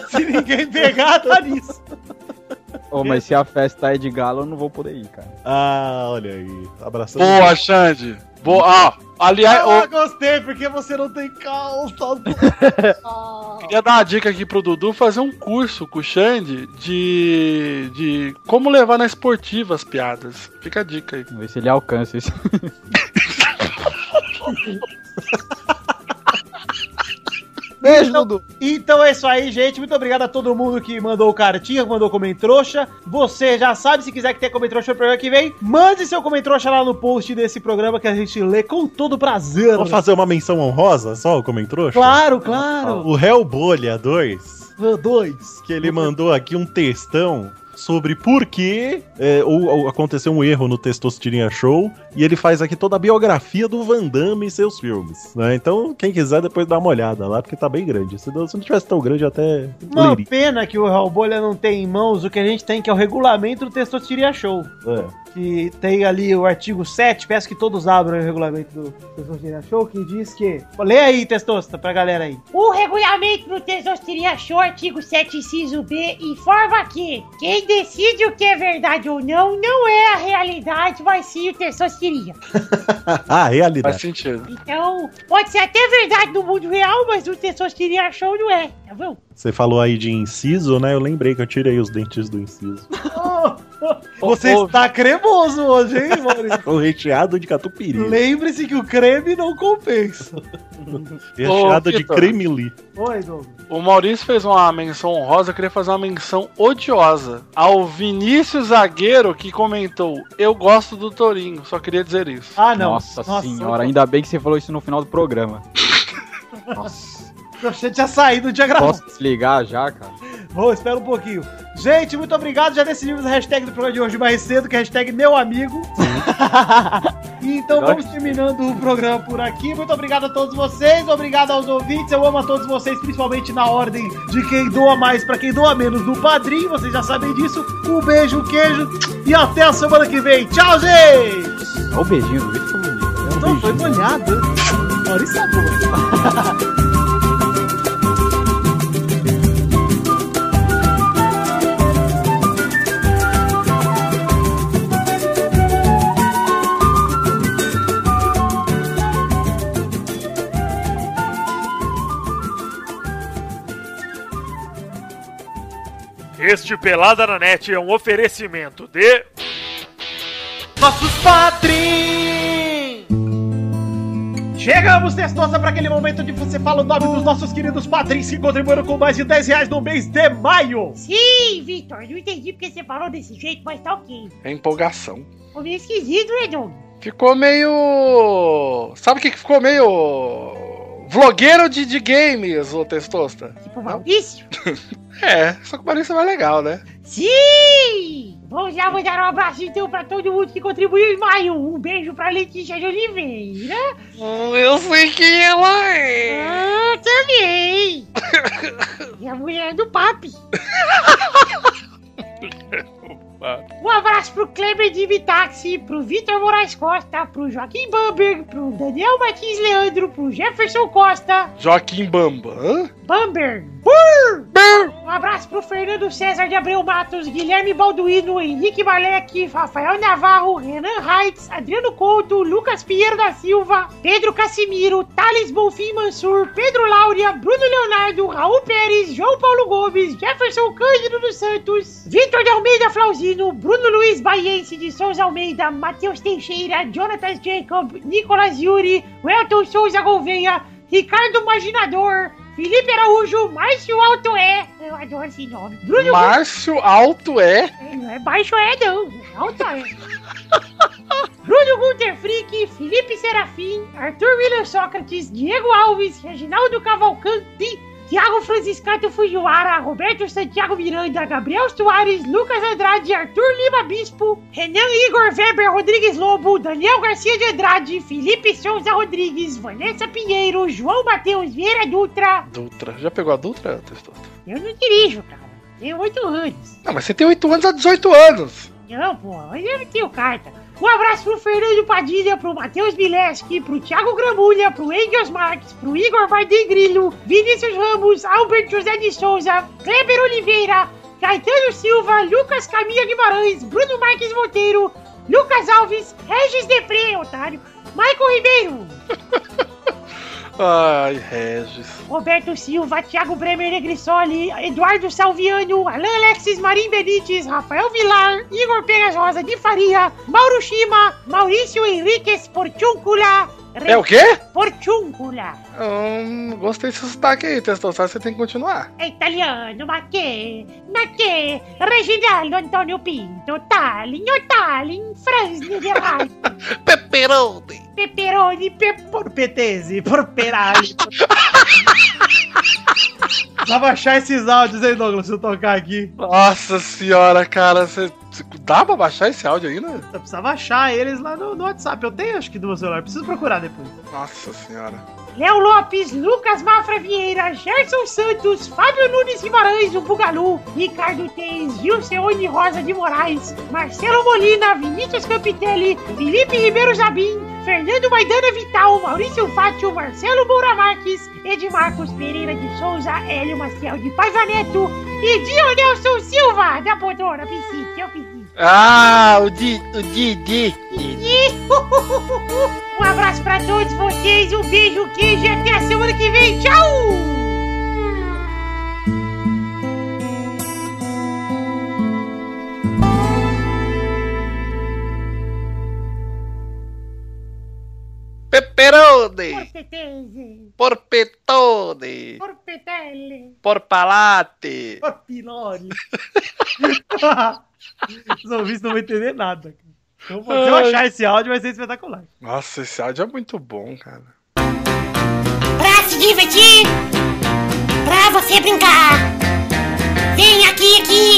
S12: Se ninguém pegar, tá nisso.
S1: Ô, mas se a festa é de galo, eu não vou poder ir, cara.
S6: Ah, olha aí. Abraçando.
S3: Boa, Xande! Boa! Ah, aliás, ô,
S12: Ah, gostei, porque você não tem tá calça.
S3: Queria dar uma dica aqui pro Dudu fazer um curso com o Xande de, de como levar na esportiva as piadas. Fica a dica aí.
S1: Vamos ver se ele alcança isso. Beijo, Dudu.
S12: Então é isso aí, gente. Muito obrigado a todo mundo que mandou cartinha, que mandou comentrouxa. Você já sabe, se quiser que tenha comentrouxa no programa que vem, mande seu comentrouxa lá no post desse programa que a gente lê com todo prazer.
S6: Vou fazer uma menção honrosa só, o comentrouxa?
S12: Claro, claro.
S6: O Hell Bolha 2,
S12: Dois.
S6: que ele mandou aqui um textão sobre por que é, ou, ou aconteceu um erro no Testosterinha Show, e ele faz aqui toda a biografia do Van Damme e seus filmes. né? Então, quem quiser, depois dá uma olhada lá, porque tá bem grande. Se não, se não tivesse tão grande, eu até
S12: Uma
S6: leria.
S12: pena que o Raul Bolha não tem em mãos o que a gente tem, que é o regulamento do Testosteria Show.
S6: É.
S12: que tem ali o artigo 7, peço que todos abram o regulamento do Testosteria Show, que diz que... Lê aí, Testosta, pra galera aí.
S7: O regulamento do Tesosteria Show, artigo 7, inciso B, informa que quem decide o que é verdade ou não não é a realidade, mas sim o Tesosteria.
S6: Ah,
S3: Faz
S6: realidade.
S3: sentido.
S7: Então, pode ser até verdade no mundo real, mas o Tesosteria Show não é, tá bom?
S6: Você falou aí de inciso, né? Eu lembrei que eu tirei os dentes do inciso.
S2: *laughs* Você
S6: Ô, ô.
S2: está cremoso hoje, hein, Maurício?
S6: O um recheado de catupiry. né?
S2: Lembre-se que o creme não compensa.
S6: Recheado
S3: Ô,
S6: de
S3: Vitor.
S6: cremili.
S2: Oi, Douglas.
S3: O Maurício fez uma menção honrosa, eu queria fazer uma menção odiosa ao Vinícius Zagueiro que comentou: Eu gosto do Torinho, só queria dizer isso.
S2: Ah, não.
S1: Nossa, senhora, ainda bem que você falou isso no final do programa.
S2: Você tinha saído, não tinha gravado.
S1: Posso desligar já, cara?
S2: Vou, espera um pouquinho. Gente, muito obrigado. Já decidimos a hashtag do programa de hoje mais cedo, que é a hashtag meu amigo. E *laughs* então vamos terminando o programa por aqui. Muito obrigado a todos vocês, obrigado aos ouvintes. Eu amo a todos vocês, principalmente na ordem de quem doa mais para quem doa menos no padrinho. Vocês já sabem disso. Um beijo, um queijo e até a semana que vem. Tchau, gente!
S1: Olha o beijinho do Vitor. como liga.
S12: é.
S2: Eu tô, foi molhado. Maurício tá bom.
S15: Este Pelada na Net é um oferecimento de.
S2: Nossos padrinhos! Chegamos, Testosa, para aquele momento onde você fala o nome dos nossos queridos padrinhos que contribuíram com mais de 10 reais no mês de maio.
S7: Sim, Vitor, não entendi porque você falou desse jeito, mas tá ok.
S3: É empolgação.
S7: Ficou meio esquisito, né, Doug?
S3: Ficou meio. Sabe o que que ficou meio. Vlogueiro de, de games, ô Testosta?
S7: Tipo Maurício?
S3: É, só que o Maurício é mais legal, né?
S7: Sim! Vamos lá mandar um abraço então pra todo mundo que contribuiu em maio. Um beijo pra Letícia de Oliveira.
S16: Eu sei quem ela é.
S7: Ah, também! e a mulher do papi. Um abraço pro Kleber de Vitaxi, pro Vitor Moraes Costa, pro Joaquim Bamberg, pro Daniel Martins Leandro, pro Jefferson Costa,
S3: Joaquim Bambam.
S7: Bamberg. Um abraço pro Fernando César de Abreu Matos, Guilherme Balduino, Henrique Malek, Rafael Navarro, Renan Reitz, Adriano Couto, Lucas Pinheiro da Silva, Pedro Cassimiro, Thales Bonfim Mansur, Pedro Laura, Bruno Leonardo, Raul Pérez, João Paulo Gomes, Jefferson Cândido dos Santos, Vitor de Almeida Flauzino, Bruno Luiz Baiense de Souza Almeida, Matheus Teixeira, Jonathan Jacob, Nicolas Yuri, Welton Souza Gouveia, Ricardo Imaginador, Felipe Araújo, Márcio Alto é. Eu adoro esse nome. Bruno
S3: Márcio Alto é.
S7: Gun- Não é baixo é, não. É Alto é. Bruno Gunter Frick, Felipe Serafim, Arthur William Sócrates, Diego Alves, Reginaldo Cavalcante, Thiago Franciscato Fujiwara, Roberto Santiago Miranda, Gabriel Soares, Lucas Andrade, Arthur Lima Bispo, Renan Igor Weber Rodrigues Lobo, Daniel Garcia de Andrade, Felipe Souza Rodrigues, Vanessa Pinheiro, João Matheus Vieira Dutra.
S3: Dutra. Já pegou a Dutra, Testosta?
S7: Eu não dirijo, cara. Tenho oito anos.
S3: Não, mas você tem 8 anos a 18 anos.
S7: Não, pô, mas eu não tenho carta. Um abraço pro Fernando Padilha, pro Matheus Bileski, pro Thiago Gramulha, pro Engels Marques, pro Igor Vardem Grilho, Vinícius Ramos, Albert José de Souza, Kleber Oliveira, Caetano Silva, Lucas Caminha Guimarães, Bruno Marques Monteiro, Lucas Alves, Regis Depré, otário, Michael Ribeiro,
S3: Ai, Regis.
S7: Roberto Silva, Thiago Bremer Negrissoli, Eduardo Salviano, Alan Alexis Marim Benites, Rafael Vilar, Igor Pegas Rosa de Faria, Mauro Shima, Maurício Henriquez Portuncula.
S3: É o quê?
S7: Portuncula.
S3: Hum, gostei desse sotaque aí, Testosta. Você tem que continuar.
S7: É italiano, ma che, ma che, Reginaldo Antonio Pinto, Tallin, o Tallin, Fresni
S3: *laughs*
S7: de Rai,
S16: Peperoni.
S7: Peperoni, Pepo...
S2: Petese, por peragem. Dá pra achar esses áudios aí, Douglas, se eu tocar aqui.
S3: Nossa senhora, cara. Você... Dá pra baixar esse áudio né? ainda?
S2: Eu precisava achar eles lá no, no WhatsApp. Eu tenho, acho que, do meu celular. Preciso procurar depois.
S3: Nossa senhora.
S7: Léo Lopes, Lucas Mafra Vieira, Gerson Santos, Fábio Nunes Guimarães, o Bugalu, Ricardo Teis, Gilceone Rosa de Moraes, Marcelo Molina, Vinícius Campitelli, Felipe Ribeiro Jabim, Fernando Maidana Vital, Maurício Fátio, Marcelo Moura Marques, Edmarcos Pereira de Souza, Hélio Maciel de Paiva Neto e Dionelson Silva, da Bodora Psique, é o Psique.
S16: Ah, o Di, o Didi.
S7: Um abraço pra todos vocês, um beijo, queijo e até a semana que vem. Tchau!
S16: Porperone,
S7: Portetese,
S16: porpetone,
S7: porpetelle,
S16: porpalate.
S2: Papilone. Os ouvintes não vão entender nada. cara. Então, se eu achar esse áudio, vai ser espetacular.
S3: Nossa, esse áudio é muito bom, cara.
S17: Pra se divertir, pra você brincar. Vem aqui, aqui.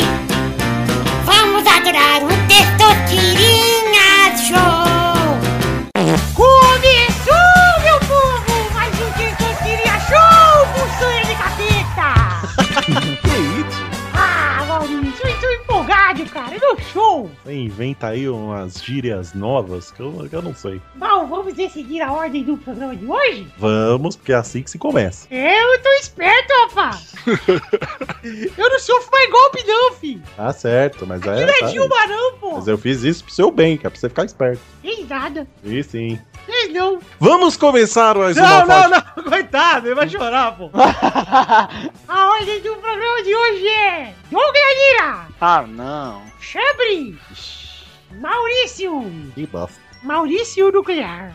S17: Vamos adorar o Testosterinha Show. Começou, meu povo, mais um Testosterinha Show com sangue de capeta.
S6: *laughs* Que isso?
S7: Ah, Maurício, eu tô empolgado, cara. É meu show.
S6: Você inventa aí umas gírias novas que eu, que eu não sei.
S7: Mal, vamos decidir a ordem do programa de hoje?
S6: Vamos, porque é assim que se começa.
S7: Eu tô esperto,
S6: *laughs*
S7: rapaz. eu não sou mais golpe, não, filho.
S6: Tá certo, mas é.
S7: Não é
S6: tá
S7: Dilma, não, pô.
S6: mas eu fiz isso pro seu bem, cara, pra você ficar esperto.
S7: Fez nada.
S6: E sim.
S7: Fez não.
S6: Vamos começar mais
S2: Não,
S6: uma
S2: não,
S6: fase.
S2: não, coitado, ele vai chorar, pô.
S7: A ordem do programa de hoje é... Doug Anira,
S16: Ah, não.
S7: Chambre, Maurício,
S6: Que bosta.
S16: *laughs*
S7: Maurício Nuclear,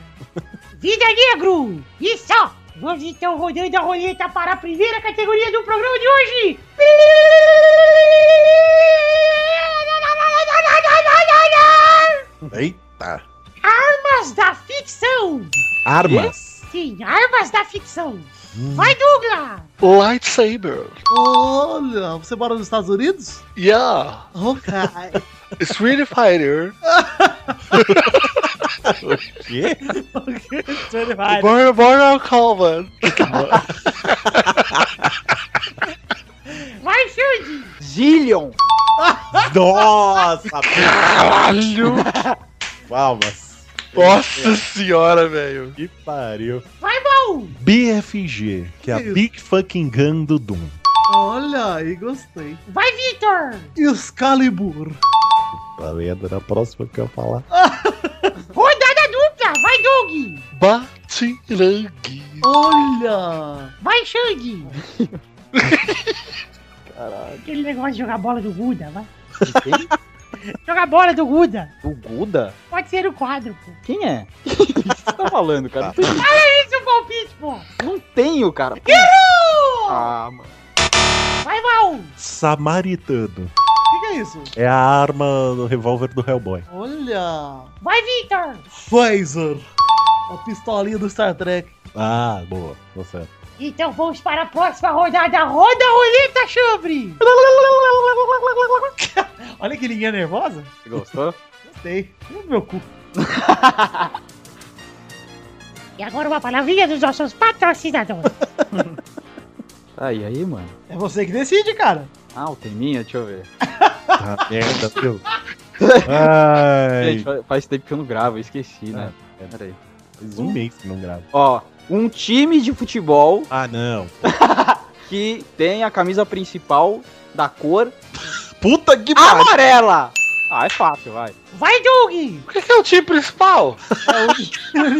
S7: Vida Negro e só. Nós estamos rodando a roleta para a primeira categoria do programa de
S16: *laughs*
S7: hoje.
S6: Eita.
S7: Armas da ficção.
S6: Armas.
S7: Sim, armas da ficção. Vai, Douglas.
S3: Lightsaber.
S5: Olha, você mora nos Estados Unidos?
S3: Yeah.
S5: Ok.
S3: *laughs* Street Fighter.
S6: O quê?
S2: Ele vai.
S3: Born, Born Calvin.
S7: Vai, Xande.
S1: Zillion!
S6: Nossa, *laughs*
S3: Caralho.
S6: palmas.
S3: Nossa senhora, velho.
S6: Que pariu.
S7: Vai, Mal.
S6: BFG, que é a
S5: Isso.
S6: Big Fucking Gun do Doom.
S5: Olha aí, gostei.
S7: Vai, Victor.
S5: Excalibur.
S6: Falei, era a próxima que eu ia falar.
S7: Rodada dupla. Vai, Doug.
S3: Batirangue.
S5: Olha!
S7: Vai, Xande. Aquele negócio de jogar bola do Guda, vai. Jogar bola do Guda.
S1: O Guda?
S7: Pode ser o quadro, pô.
S1: Quem é? *laughs* O que você tá falando, cara? Não tem-
S7: Olha isso, o palpite, pô.
S1: Não tenho, cara.
S7: Errou!
S1: Ah, mano.
S7: Vai, Mal.
S6: Samaritano.
S5: O que, que é isso?
S6: É a arma do revólver do Hellboy.
S5: Olha!
S7: Vai, Victor.
S5: Phaser. A pistolinha do Star Trek.
S6: Ah, boa. Tá certo.
S7: Então vamos para a próxima rodada. Roda a roleta, Chambre!
S2: Olha que linha nervosa.
S1: Você gostou?
S2: Gostei. No meu cu.
S7: E agora uma palavrinha dos nossos patrocinadores.
S1: Tá Aí, aí, mano.
S2: É você que decide, cara.
S1: Ah, o tem minha? Deixa eu ver.
S6: *laughs* Tá merda, *laughs* meu. Ai,
S1: Gente, fa- faz tempo que eu não gravo, eu esqueci, né? Peraí.
S6: faz um mês que não gravo.
S1: Ó, um time de futebol
S6: Ah, não.
S1: que tem a camisa principal da cor
S6: Puta que pariu.
S1: amarela. Ah, é fácil, vai.
S7: Vai, Doug!
S3: O que que é o time principal?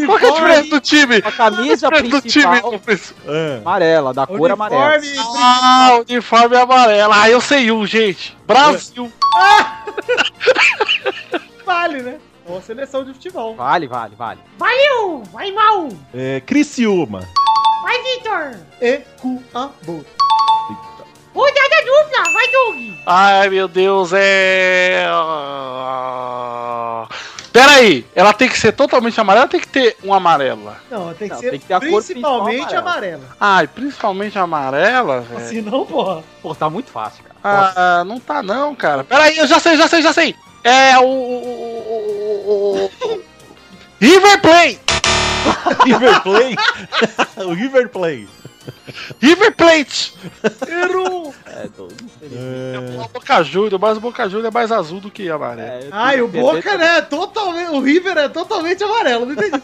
S3: Qual que é a diferença do time?
S1: A camisa
S3: Qual que é a diferença *laughs* do time
S1: principal
S3: principal?
S6: Ah,
S1: amarela, da cor amarela.
S3: Ah, uniforme amarelo. Ah, eu sei um, gente. Brasil.
S2: Vale, né? Ou a seleção de futebol.
S1: Vale, vale, vale.
S7: Valeu! Então, Vai, Mal!
S6: é, Criciúma.
S7: Vai, Victor!
S5: Ecuador.
S7: Rodada dupla! Vai, Doug!
S3: Ai, meu Deus, é. Ah. Pera aí, ela tem que ser totalmente amarela ou tem que ter um amarela?
S2: Não, tem que
S1: Não,
S2: ser
S1: tem que ter a cor
S2: principalmente
S1: principal
S2: amarela.
S3: Ai, principalmente amarela, velho.
S2: Se não, porra.
S1: Pô, tá muito fácil, cara.
S3: Ah, não tá não, cara. Pera aí, eu já sei, já sei, já sei. É o. o- o- o- o- River Plate!
S6: River Plate. *laughs* o River Plate.
S3: River Plate!
S2: Errou!
S1: É, doido.
S6: É,
S3: O Boca Júnior, mas o Boca Júnior é mais azul do que amarelo.
S1: É,
S12: é,
S1: eu
S2: Ai,
S1: tenho
S2: o Boca,
S1: certeza-
S2: né? é Totalmente. O River é totalmente amarelo. Não
S1: *laughs*
S2: entendi.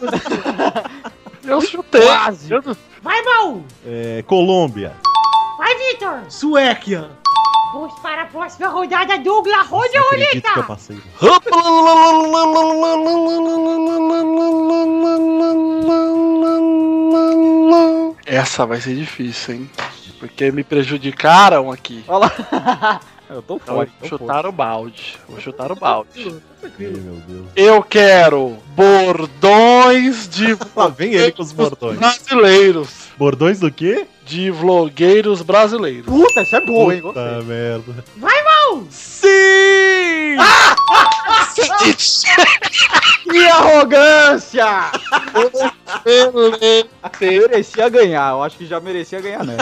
S3: Eu chutei.
S1: Quase.
S3: Eu não-
S7: Vai, Mal!
S6: é, Colômbia.
S7: Vai, Victor!
S2: Suéquia.
S7: Vamos para a próxima rodada, Douglas! Roda é a
S6: Não acredito que eu
S7: roleta!
S6: passei.
S3: Essa vai ser difícil, hein? Porque me prejudicaram aqui.
S1: Olha lá. Eu tô
S3: Então,
S1: fora. tô fora.
S3: chutaram o balde. Vou chutar o
S6: *laughs*
S3: balde.
S6: Ih, meu Deus.
S3: Eu quero bordões de.
S6: Lá vem ele com os bordões.
S3: Brasileiros.
S6: Bordões do quê?
S3: De vlogueiros
S12: *laughs*
S3: brasileiros.
S1: Puta, isso é boa, hein? Gostei.
S6: Puta merda.
S7: Vai, mal!
S6: Sim!
S1: Que arrogância! merecia ganhar, eu acho que já merecia ganhar, né?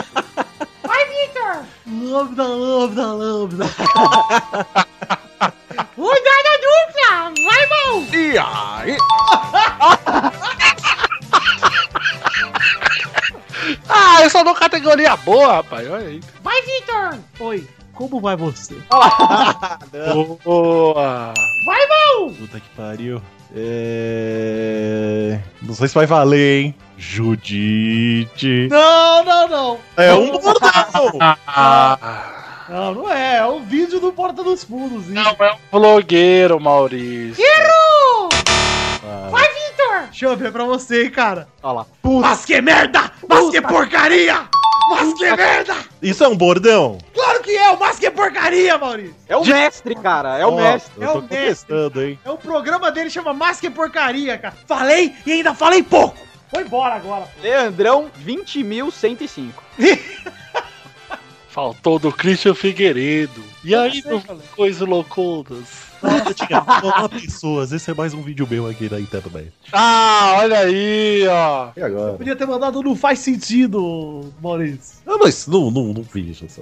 S7: Vai, Victor!
S5: Lambda, lambda, lambda.
S7: Rodada dupla! Vai, mal!
S6: E aí?
S3: *laughs* Ah, eu só dou categoria boa, rapaz. Olha aí.
S7: Vai, Victor!
S5: Oi, como vai você?
S3: Boa!
S7: Vai, mal!
S6: Puta que pariu. É... Não sei se vai valer, hein? Judite.
S5: Não, não, não.
S6: É um bordão!
S3: Ah.
S5: Não, não é. É um vídeo do Porta dos Fundos. Não,
S3: é Vlogueiro, Maurício.
S7: Errou!
S6: Ah.
S7: Vai, Victor!
S5: Deixa eu ver pra você, hein, cara.
S1: Olha lá.
S2: Mas que merda! Mas que porcaria! Mas que merda!
S6: Isso é um bordão?
S2: Claro que é! o Mas que porcaria, Maurício!
S1: É o mestre, cara, é o
S6: Ó,
S1: mestre.
S6: Eu
S2: É
S6: tô
S2: o mestre.
S6: contestando, hein?
S2: É o programa dele chama Mas que porcaria, cara. Falei e ainda falei pouco. Vou embora agora.
S1: Leandrão, 20.105.
S3: Faltou do Christian Figueiredo. E aí, meu coisa loucudas?
S6: Nossa, tinha nove pessoas. Esse é mais um vídeo meu aqui na internet.
S3: Ah, olha aí, ó.
S6: E agora?
S5: Podia ter mandado não faz sentido, Maurício.
S6: Ah, mas não, não, não vejo só.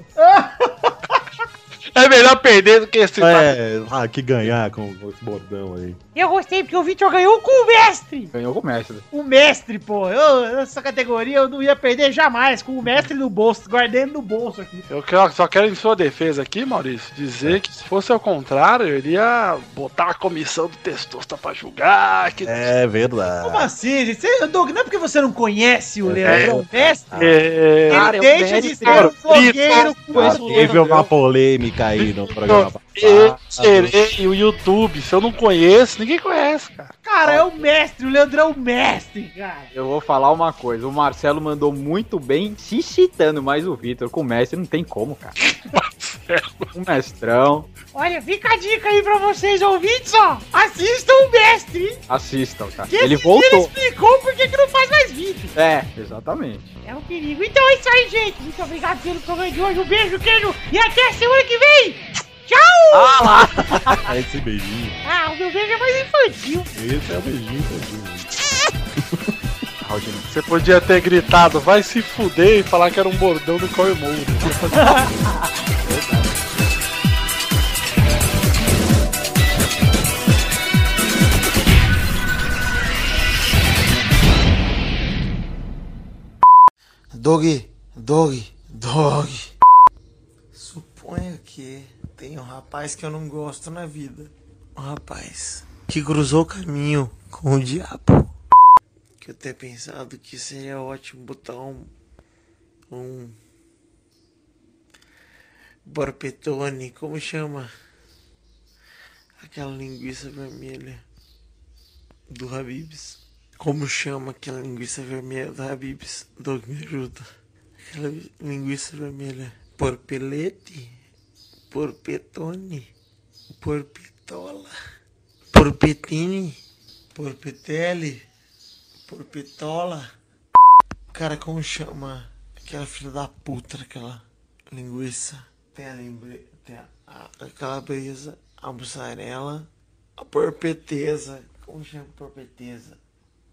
S3: É melhor perder do que esse.
S6: É, ah, que ganhar com esse bordão aí.
S7: Eu gostei porque o Victor ganhou com o mestre!
S1: Ganhou com o mestre.
S2: O Um mestre, pô. Eu, essa categoria eu não ia perder jamais. Com o mestre no bolso, guardei ele no bolso aqui.
S3: Eu quero- só quero, em sua defesa aqui, Maurício, dizer que se fosse ao contrário, eu iria botar a comissão do Testosta pra julgar. Que...
S6: É
S2: Como
S6: verdade.
S2: assim, gente? Você, Doug, não é porque você não conhece o
S6: É.
S2: Leandrão um Mestre
S3: É,
S2: que ele
S1: Cara, é o
S2: deixa de
S1: mestre,
S2: ser um
S1: cara.
S2: blogueiro com
S1: Mas
S2: o
S6: Teve uma polêmica aí no programa.
S3: eu
S6: passado.
S3: serei o YouTube. Se eu não conheço, ninguém conhece, cara.
S2: Cara, é o mestre, o Leandrão é o mestre, cara.
S1: Eu vou falar uma coisa, o Marcelo mandou muito bem, se citando mais o Vitor com o mestre, não tem como,
S3: *laughs*
S1: cara. Um mestrão,
S7: Olha, fica a dica aí pra vocês ouvintes, ó! Assistam o mestre! hein?
S1: assistam, cara.
S7: Que
S1: ele
S7: esse dia Ele
S1: voltou.
S7: explicou por que que não faz mais vídeo.
S1: É, exatamente.
S7: É um perigo. Então é isso aí, gente. Muito obrigado pelo programa de hoje. Um beijo, queijo. E até semana que vem. Tchau!
S1: Ah lá!
S6: Ah, Esse beijinho.
S7: Ah, o meu beijo é mais infantil.
S6: Esse é o beijinho, tadinho.
S1: Raulzinho.
S3: Você podia ter gritado, vai se fuder e falar que era um bordão do Coimundo.
S12: Dog, dog, dog. Suponha que tem um rapaz que eu não gosto na vida. Um rapaz que cruzou o caminho com o diabo. Que eu tenho pensado que seria ótimo botar um. Um. Borpetone, como chama? Aquela linguiça vermelha do Habibs. Como chama aquela linguiça vermelha da Habib's? Doug, me ajuda. Aquela linguiça vermelha. Porpelete? Porpetone? Porpitola? Porpetini? Porpetele? Porpitola? Cara, como chama aquela filha da puta, aquela linguiça? Tem a lembre... Tem a, a, a calabresa, a mussarela, a porpeteza. Como chama porpeteza?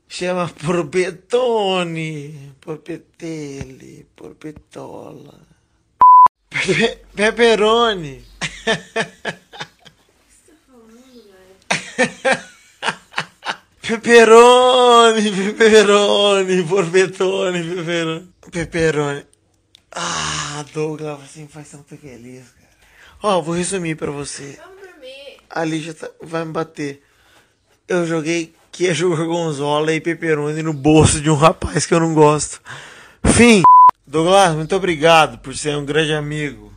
S12: Chama Porpetone, Porpetele, Porpetola. Pepe, peperone. Peperone, peperone, porpetone, peperone. Peperone. Ah, Douglas, você me faz tão feliz, cara. Ó, vou resumir pra você. A Lígia tá- vai me bater. Eu joguei queijo gorgonzola e peperoni no bolso de um rapaz que eu não gosto. Fim. Douglas, muito obrigado por ser um grande amigo.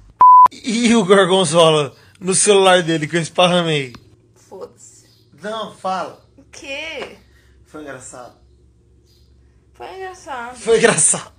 S12: E o gorgonzola no celular dele que eu esparramei.
S18: Foda-se.
S12: Não, fala.
S18: O quê?
S12: Foi engraçado.
S18: Foi engraçado.
S12: Foi engraçado.